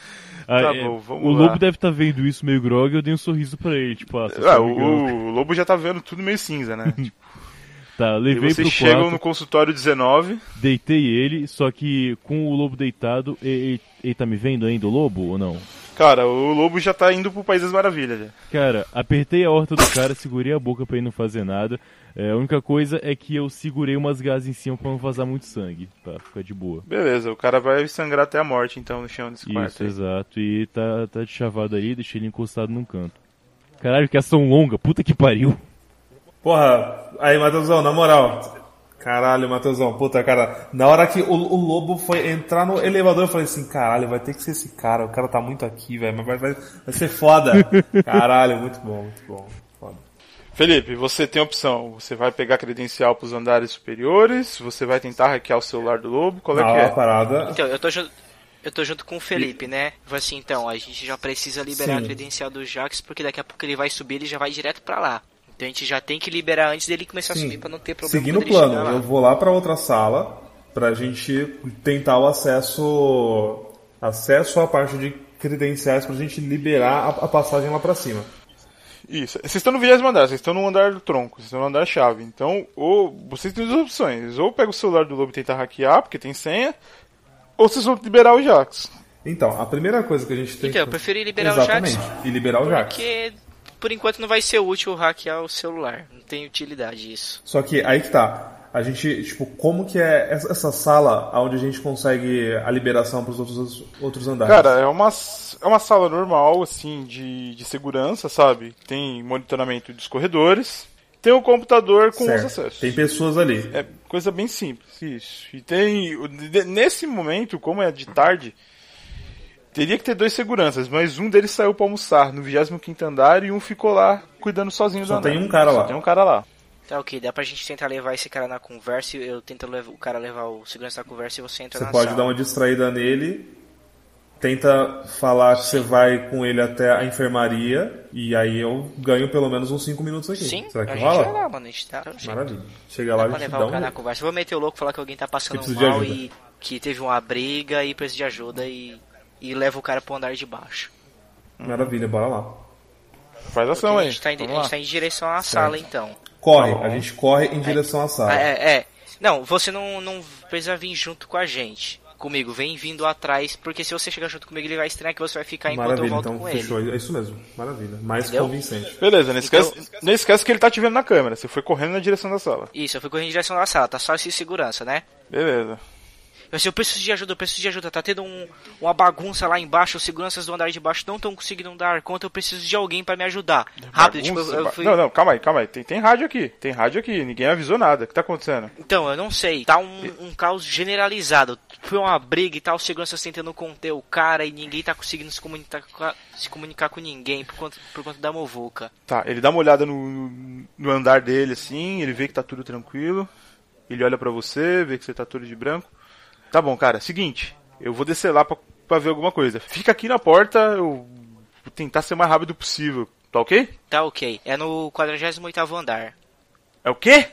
Ah, tá é, bom, vamos O lá. lobo deve estar vendo isso meio grog, eu dei um sorriso pra ele, tipo, ah, vocês Ah, tão o, ligando. o lobo já tá vendo tudo meio cinza, né? Tipo, Tá, e levei pro vocês quarto, chegam no consultório 19. deitei ele, só que com o lobo deitado, e- e- ele, tá me vendo ainda, o lobo, ou não? Cara, o lobo já tá indo pro País das Maravilhas. já. Cara, apertei a horta do cara, segurei a boca pra ele não fazer nada. É, a única coisa é que eu segurei umas gás em cima pra não vazar muito sangue, tá? Fica de boa. Beleza, o cara vai sangrar até a morte então no chão desse quarto. Isso, aí. exato. E tá, tá de chavado aí, deixei ele encostado num canto. Caralho, que ação longa, puta que pariu. Porra, aí, Matheusão, na moral. Caralho, Matheusão, puta, cara. Na hora que o, o lobo foi entrar no elevador, eu falei assim: caralho, vai ter que ser esse cara. O cara tá muito aqui, velho, mas vai, vai, vai ser foda. Caralho, muito bom, muito bom. Foda. Felipe, você tem opção. Você vai pegar credencial pros andares superiores, você vai tentar hackear o celular do lobo, qual é Não, que a é? parada. Então, eu tô junto. Eu tô junto com o Felipe, né? Falei Assim, então, a gente já precisa liberar Sim. a credencial do Jax, porque daqui a pouco ele vai subir, ele já vai direto pra lá. Então a gente já tem que liberar antes dele começar a subir pra não ter problema Seguindo o quando ele plano, chegar lá. eu vou lá pra outra sala pra gente tentar o acesso acesso à parte de credenciais pra gente liberar a, a passagem lá pra cima. Isso. Vocês estão no vigésimo andar, vocês estão no andar do tronco, vocês estão no andar chave. Então, ou vocês têm duas opções. Ou pega o celular do lobo e tentar hackear, porque tem senha, ou vocês vão liberar o Jax. Então, a primeira coisa que a gente tem Então, que... eu preferi liberar o Exatamente. Jax. E liberar o Jax. Porque por enquanto não vai ser útil hackear o celular. Não tem utilidade isso. Só que aí que tá. A gente, tipo, como que é essa, essa sala onde a gente consegue a liberação pros outros, outros andares? Cara, é uma, s- é uma sala normal, assim, de, de segurança, sabe? Tem monitoramento dos corredores. Tem um computador com os Certo. acessos. Tem pessoas ali. É coisa bem simples, isso. E tem. o- de- Nesse momento, como é de tarde, teria que ter dois seguranças, mas um deles saiu pra almoçar no 25 andar e um ficou lá cuidando sozinho Só do andar. tem um cara Só lá. Tem um cara lá. Tá ok, dá pra gente tentar levar esse cara na conversa. e Eu tento levar, o cara levar o segurança na conversa e você entra Você na pode sala. dar uma distraída nele, tenta falar que você vai com ele até a enfermaria, e aí eu ganho pelo menos uns 5 minutos aqui. Sim, Será que a gente vai rola? lá, mano. A gente tá. Dá Maravilha. Chega lá, a pra gente levar dá o cara na um... conversa. Eu vou meter o louco, falar que alguém tá passando precisa de mal ajuda. e que teve uma briga e precisa de ajuda e, e leva o cara pro andar de baixo. Maravilha, bora lá. Faz Porque Então, ação a, aí. gente tá em, a Vamos lá. gente tá em direção à sala então. Corre, a gente corre em direção à sala. Ah, é, é. Não, você não, não precisa vir junto com a gente. Comigo, vem vindo atrás, porque se você chegar junto comigo, ele vai estranhar que você vai ficar enquanto eu Maravilha, volto então com ele. fechou. É isso mesmo. Maravilha. Mais Entendeu? convincente. Beleza, não esquece, Então- não esquece que ele tá te vendo na câmera. Você foi correndo na direção da sala. Isso, eu fui correndo em direção à sala, tá só esse segurança, né? Beleza. Eu, assim, eu preciso de ajuda, eu preciso de ajuda, tá tendo um, uma bagunça lá embaixo, os seguranças do andar de baixo não estão conseguindo dar conta, eu preciso de alguém pra me ajudar. Rápido, tipo, Bagunça, eu, eu ba- fui... Não, não, calma aí, calma aí. Tem, tem rádio aqui. Tem rádio aqui. Ninguém avisou nada. O que tá acontecendo? Então, eu não sei, tá um, um caos generalizado. Foi uma briga e tal, os seguranças tentando conter o cara e ninguém tá conseguindo se comunicar, com a- se comunicar com ninguém por conta, por conta da movuca. Tá, ele dá uma olhada no- no, no andar dele, assim, ele vê que tá tudo tranquilo. Ele olha pra você, vê que você tá todo de branco. Tá bom, cara, seguinte, eu vou descer lá pra, pra ver alguma coisa. Fica aqui na porta, eu vou tentar ser o mais rápido possível, tá ok? Tá ok, é no 48º andar. É o quê?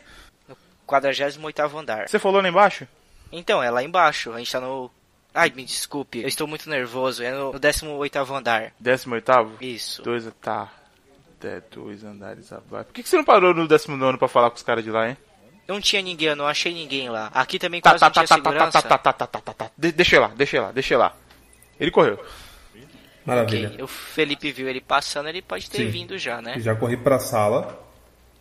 48º andar. Você falou lá embaixo? Então, é lá embaixo, a gente tá no... Ai, me desculpe, eu estou muito nervoso, é no, no 18º andar. 18º? Isso. Dois, tá. Até dois andares abaixo. Por que, que você não parou no 19 pra falar com os caras de lá, hein? Não tinha ninguém, eu não achei ninguém lá. Aqui também Tá, quase tá, não tá, tinha tá, tá, tá, segurança. tá, tá, tá, tá, tá, tá. De- deixa eu ir lá, deixa eu ir lá, deixa eu ir lá. Ele correu. Maravilha. Ok, o Felipe viu ele passando, ele pode ter Sim. vindo já, né? Já corri pra sala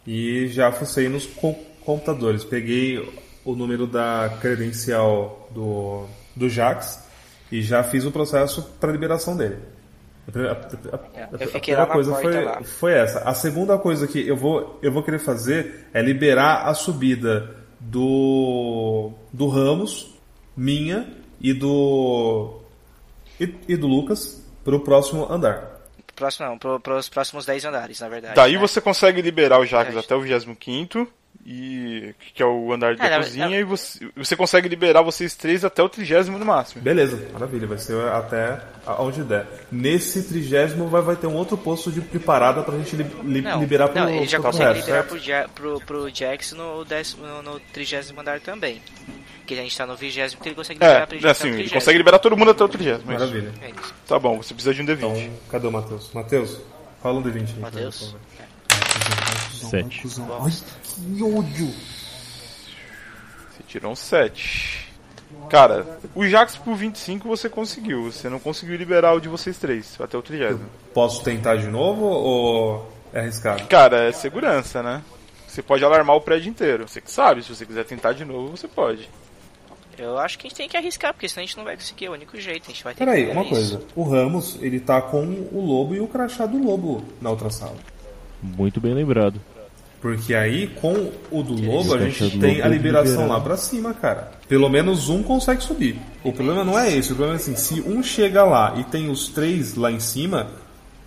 e já fucei nos co- computadores. Peguei o número da credencial do, do Jax e já fiz o processo pra liberação dele. A, pri- a- a- a- É, eu a fiquei primeira lá na coisa porta foi, lá. foi essa. A segunda coisa que eu vou, eu vou querer fazer é liberar a subida do, do Ramos, minha e do, e, e do Lucas pro próximo andar. Próximo não, pro, pros próximos 10 andares, na verdade. Daí Tá, né? É, você consegue liberar o Jax Verdade. até o 25 e que é o andar da É, na- cozinha na- e você, você consegue liberar vocês três até o 30 no máximo. Beleza, maravilha, vai ser até onde der. Nesse trigésimo vai, vai ter um outro posto de preparada pra gente li, li- Não, liberar pro, não, ele já pro consegue resto, liberar né? certo? pro, Ja- pro, pro Jax no, décimo, no, no 30 andar também. Porque a gente tá no 20 ele consegue liberar pra ele É, já assim, tá no ele 30º. consegue liberar todo mundo até o 30 Maravilha. É isso. Tá bom, você precisa de um Então, D20. cadê o Matheus? Matheus, fala um D20 aí. pra mim, Matheus? por favor. Sete. Você tirou um 7. Cara, o Jax pro 25 você conseguiu. Você não conseguiu liberar o de vocês três até o 30. Posso tentar de novo ou é arriscado? Cara, é segurança, né? Você pode alarmar o prédio inteiro. Você que sabe, se você quiser tentar de novo, você pode. Eu acho que a gente tem que arriscar, porque senão a gente não vai conseguir, é o único jeito, a gente vai ter Peraí, que uma É isso. coisa. O Ramos, ele tá com o lobo e o crachá do lobo na outra sala. Muito bem lembrado. Porque aí, com o do lobo, a Esse caixa gente do tem lobo a é liberação liberado. lá pra cima, cara. Pelo menos um consegue subir. O problema não é esse. O problema é assim, se um chega lá e tem os três lá em cima,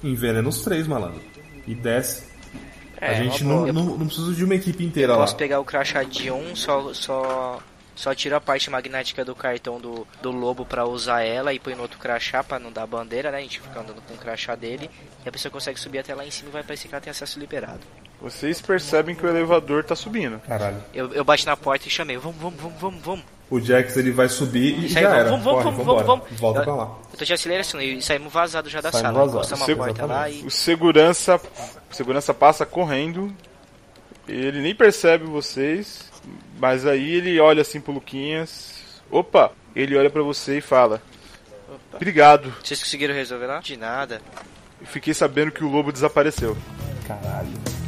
envenena os três, malandro. E desce. É, a gente uma não, boa. não, não precisa de uma equipe inteira Tá lá. Posso pegar o crachá de um, só, só, só tiro a parte magnética do cartão do, do lobo pra usar ela e põe no outro crachá pra não dar bandeira, né? A gente fica andando com o crachá dele e a pessoa consegue subir até lá em cima e vai parecer que ela tem acesso liberado. Vocês percebem que o elevador tá subindo. Caralho. Eu, eu bati na porta e chamei, vamos, vamos, vamos, vamos, vamos. o Jax ele vai subir e Isso aí, já vamos, era. vamos, vamos, Corre, vamos, vambora. vamos, vamos. Volta Eu- pra lá. Eu tô já acelerando e saímos vazado já da Saímos sala. vazado. Encostamos Você- uma porta lá e. O segurança, o segurança passa correndo. Ele nem percebe vocês, mas aí ele olha assim pro Luquinhas. Opa, ele olha pra você e fala: "Obrigado. Vocês conseguiram resolver lá? De nada. Fiquei sabendo que o lobo desapareceu." Caralho.